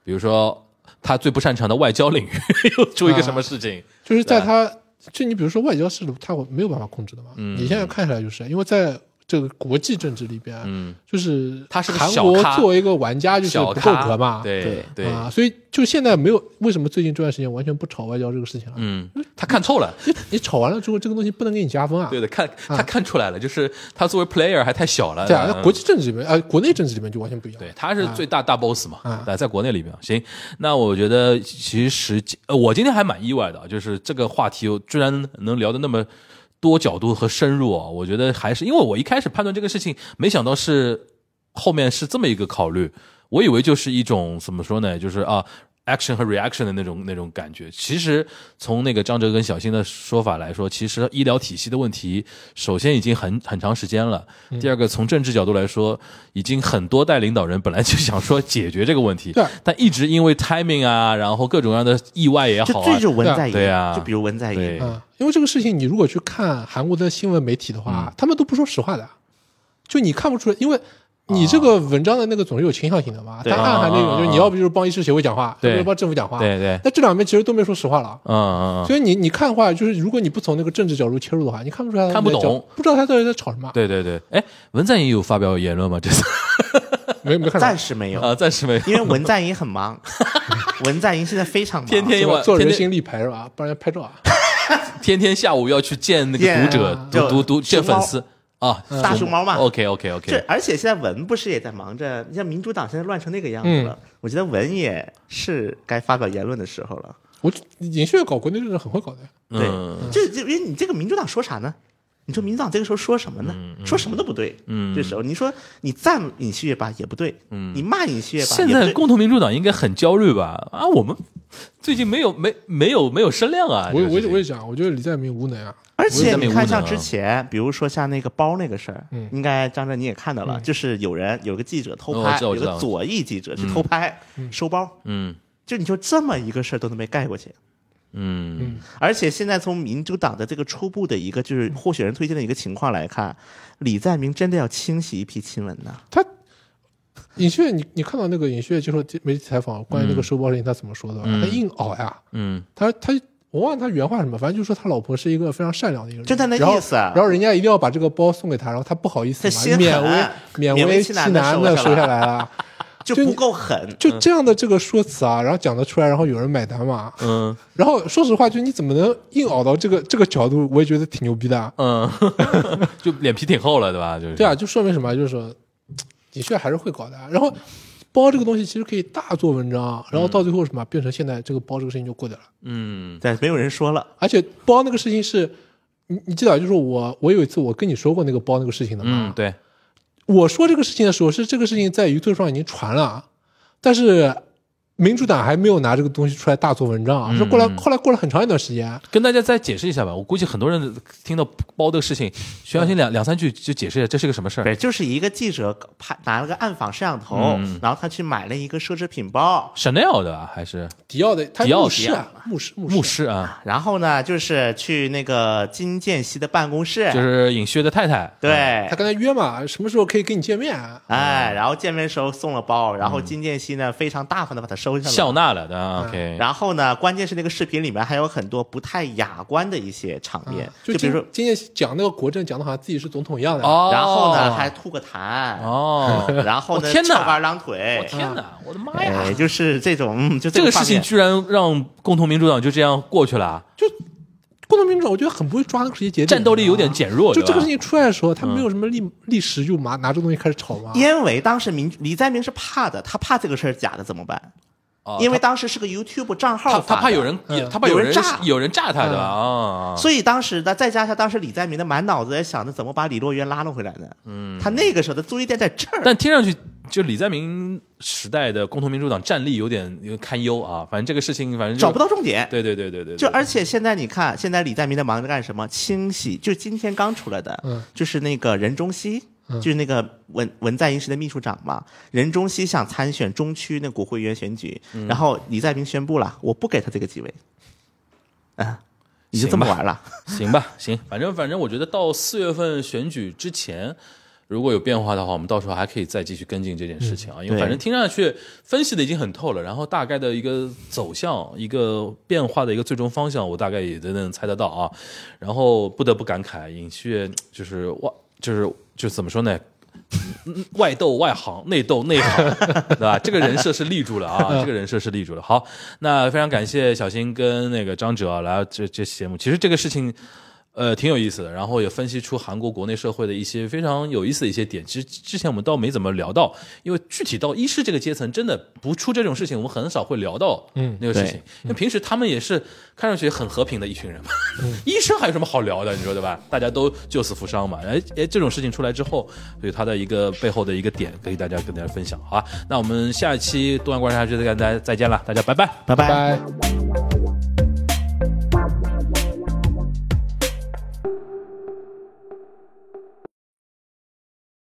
B: 比如说他最不擅长的外交领域 [laughs] 又出一个什么事情，
F: 就是在他，就你比如说外交事务，他没有办法控制的嘛。
B: 嗯
F: 你现在看起来就是因为在这个国际政治里边，
B: 嗯，
F: 就是
B: 他是个
F: 韩
B: 小
F: 国
B: 咖
F: 作为一个玩家就是
B: 小
F: 不够
B: 咖
F: 格嘛，
B: 对对，
F: 啊，所以就现在没有为什么最近这段时间完全不炒外交这个事情了？
B: 嗯，他看透了，
F: 你你炒完了之后，这个东西不能给你加分啊。
B: 对的，看他看出来了，就是他作为 player 还太小了，
F: 对啊，那
B: 嗯
F: 国际政治里面，啊，国内政治里面就完全不一样。
B: 对，他是最大大 boss 嘛，
F: 啊
B: 在在国内里边。行，那我觉得其实呃，我今天还蛮意外的啊，就是这个话题我居然能聊的那么。多角度和深入啊，我觉得还是因为我一开始判断这个事情，没想到是后面是这么一个考虑，我以为就是一种怎么说呢，就是啊，action 和 reaction 的那种那种感觉。其实从那个张哲跟小新的说法来说，其实医疗体系的问题，首先已经很很长时间了。
E: 嗯
B: 第二个，从政治角度来说，已经很多代领导人本来就想说解决这个问题
F: 对，
B: 但一直因为 timing 啊，然后各种各样的意外也好
E: 就
B: 啊，
E: 最是文在寅，
B: 对啊
E: 就比如文在
B: 对
E: 寅，
F: 啊，因为这个事情，你如果去看韩国的新闻媒体的
B: 嗯
F: 话，他们都不说实话的，就你看不出来，因为你这个文章的那个总是有倾向性的嘛，
E: 对
F: 它暗含内
B: 啊啊
F: 容
B: 啊
F: 就是你要不就是帮医师协会讲话，要
B: 对
F: 不就是帮政府讲话，
B: 对对，
F: 那这两边其实都没说实话了。
B: 嗯嗯嗯，
F: 所以你你看的话，就是如果你不从那个政治角度切入的话，你看不出来他们
B: 看不懂
F: 在讲，不知道他到底在吵什么，
B: 对对对。哎，文在寅有发表言论吗？这次
F: 没没看出来
E: 暂。时没有，
B: 啊，暂时没有。
E: [laughs] 因为文在寅很忙， [laughs] 文在寅现在非常忙，
B: 天天
F: 是
B: 因
F: 吧
B: 为
F: 做
B: 天
F: 人
B: 天
F: 心立牌是吧？帮人家拍照啊，
B: 天天下午要去见那个读者
E: Yeah，，
B: 读读读见
E: 熊猫
B: 粉丝啊，
E: 大熊猫嘛。
B: OK OK
E: 这
B: OK，
E: 而且现在文不是也在忙着，你像民主党现在乱成那个样子了，
B: 嗯
E: 我觉得文也是该发表言论的时候了。
F: 我尹旭搞国内政治很会搞的，
E: 对，
B: 嗯
E: 就就因为你这个民主党说啥呢？你说民主党这个时候说什么呢？说什么都不对。
B: 嗯
E: 这时候你说你赞尹锡悦吧也不对，你骂尹锡悦吧也
B: 现
E: 不
B: 在
E: 对。
B: 共同民主党应该很焦虑吧？啊，我们最近没有没没有没有声量啊！
F: 我
B: 这个
F: 我
B: 事情
F: 我也讲，我觉得李在明无能啊，
E: 而且
B: 我也在
E: 你看，
B: 美国
E: 像
B: 呢
E: 之前，比如说像那个包那个事儿，
F: 嗯
E: 应该张震你也看到了，就是有人有个记者偷
B: 哦我
E: 拍，
B: 知道我
E: 有
B: 知道
E: 个左翼记者去偷拍收包，
B: 嗯
E: 就你说这么一个事儿都能被盖过去，
B: 嗯
E: 而且现在从民主党的这个初步的一个
F: 嗯
E: 就是候选人推荐的一个情况来看，李在明真的要清洗一批亲文呐。
F: 他尹旭，你你看到那个尹旭接受媒体采访，关于那
E: 嗯
F: 个收包事情，他怎么说的吧？啊
B: 嗯
F: 他硬熬呀，
B: 嗯
F: 他他我忘了他原话是什么，反正就说他老婆是一个非常善良的一个人，
E: 就他那
F: 然后
E: 意思啊
F: 然后人家一定要把这个包送给他，然后他不好意思
E: 他心
F: 嘛，
E: 狠啊
F: 勉为
E: 勉为
F: 为
E: 其
F: 其
E: 难
F: 难
E: 地
F: 的
E: 收下 [laughs] 来嗯
F: 收下来了。
E: 就
F: 就
E: 不够狠。
F: 就这样的这个说辞啊，然后讲得出来，然后有人买单嘛。
B: 嗯
F: [laughs] 然后说实话，就你怎么能硬熬到这个这个角度，我也觉得挺牛逼的啊。
B: 嗯， [laughs] 就脸皮挺厚了，对吧？就是
F: 对啊，，就说明什么？就是说，的确还是会搞的。啊然后包这个东西其实可以大做文章，然后到最后什么变成现在这个包这个事情就过去了。
B: 嗯
E: 对，没有人说了，
F: 而且包那个事情是，你你记得啊就是我我有一次我跟你说过那个包那个事情的嘛。
B: 嗯，对，
F: 我说这个事情的时候是这个事情在 YouTube 上已经传了，啊但是民主党还没有拿这个东西出来大做文章啊，是
B: 嗯
F: 过来后来过了很长一段时间。
B: 跟大家再解释一下吧。我估计很多人听到包这个事情，徐小新两两三句就解释一下这是个什么事儿，
E: 嗯对，就是一个记者拍拿了个暗访摄像头，
B: 嗯
E: 然后他去买了一个奢侈品包，
B: Chanel 的啊吧还是
F: 迪奥的，他
B: 迪奥
F: 牧师啊，牧师，牧
B: 牧
F: 师，
B: 师啊？
E: 然后呢，就是去那个金建熙的办公室，
B: 就是尹薛的太太，
E: 对
B: 哎
F: 他，跟他约嘛，什么时候可以跟你见面啊？
E: 哎，然后见面时候送了包，然后金建熙呢非常大方的把它收
B: 嗯
E: 下
B: 笑
E: 了。
B: 纳了的啊，OK，
E: 嗯然后呢，关键是那个视频里面还有很多不太雅观的一些场面，
F: 啊
E: 就
F: 就
E: 比如说，
F: 今天讲那个国政，讲的好像自己是总统一样的。
B: 哦，
E: 然后呢还吐个痰，
B: 哦，
E: [laughs] 然后呢
B: 我天哪
E: 翘二郎腿，
B: 我天哪，我的妈
E: 哎，
B: 呀！
E: 就是这种，嗯就
B: 这个
E: 画
B: 事情
E: 面
B: 居然让共同民主党就这样过去了，啊
F: 共同民主党我觉得很不会抓那个时间节点，啊
B: 战斗力有点减弱。
F: 就
B: 对吧嗯
F: 这个事情出来的时候，他没有什么历历史就拿拿这个东西开始炒嘛。
E: 因为当时民李在明是怕的，他怕这个事儿假的怎么办？
B: 哦
E: 因为当时是个 YouTube 账号
B: 他
E: 发
B: 他
E: 的
B: 怕有人，
F: 嗯
B: 他怕
E: 有
B: 人
E: 人炸
B: 有人炸他，对吧？啊，
E: 所以当时呢，再加上当时李在明的满脑子在想着怎么把李洛渊拉拢回来呢？嗯，他那个时候的注意点在这儿。
B: 但听上去就李在明时代的共同民主党战力有点有点堪忧啊。反正这个事情，反正就
E: 找不。到重点。
B: 对对对对对，对
E: 就而且现在你看，现在李在明在忙着干什么？清洗，就今天刚出来的，
F: 嗯
E: 就是那个任中熙，
B: 嗯
E: 就是那个文文在寅时的秘书长嘛。任中熙想参选中区那国会议员选举，
B: 嗯
E: 然后李在明宣布了，我不给他这个机会，啊，你就这么
B: 行吧
E: 玩了。
B: 行吧，行，反正反正我觉得到四月份选举之前。如果有变化的话，我们到时候还可以再继续跟进这件事情啊，因为
E: 对
B: 反正听上去分析的已经很透了，然后大概的一个走向、一个变化的一个最终方向，我大概也都能猜得到啊。然后不得不感慨，尹旭就是哇，就是就怎么说呢？嗯外斗外行，内斗内行，对吧？这个人设是立住了啊，这个人设是立住了。好，那非常感谢小新跟那个张哲啊来到这这期节目。其实这个事情，呃，挺有意思的，然后也分析出韩国国内社会的一些非常有意思的一些点。其实之前我们倒没怎么聊到，因为具体到医师这个阶层，真的不出这种事情，我们很少会聊到嗯那个事情。因为平时他们也是看上去很和平的一群人嘛， [laughs] 医生还有什么好聊的？你说对吧？大家都救死扶伤嘛。哎哎，这种事情出来之后，所以它的一个背后的一个点，给大家跟大家分享，好吧？那我们下一期东岸观察局再跟大家再见了，大家拜拜。
E: 拜
F: 拜。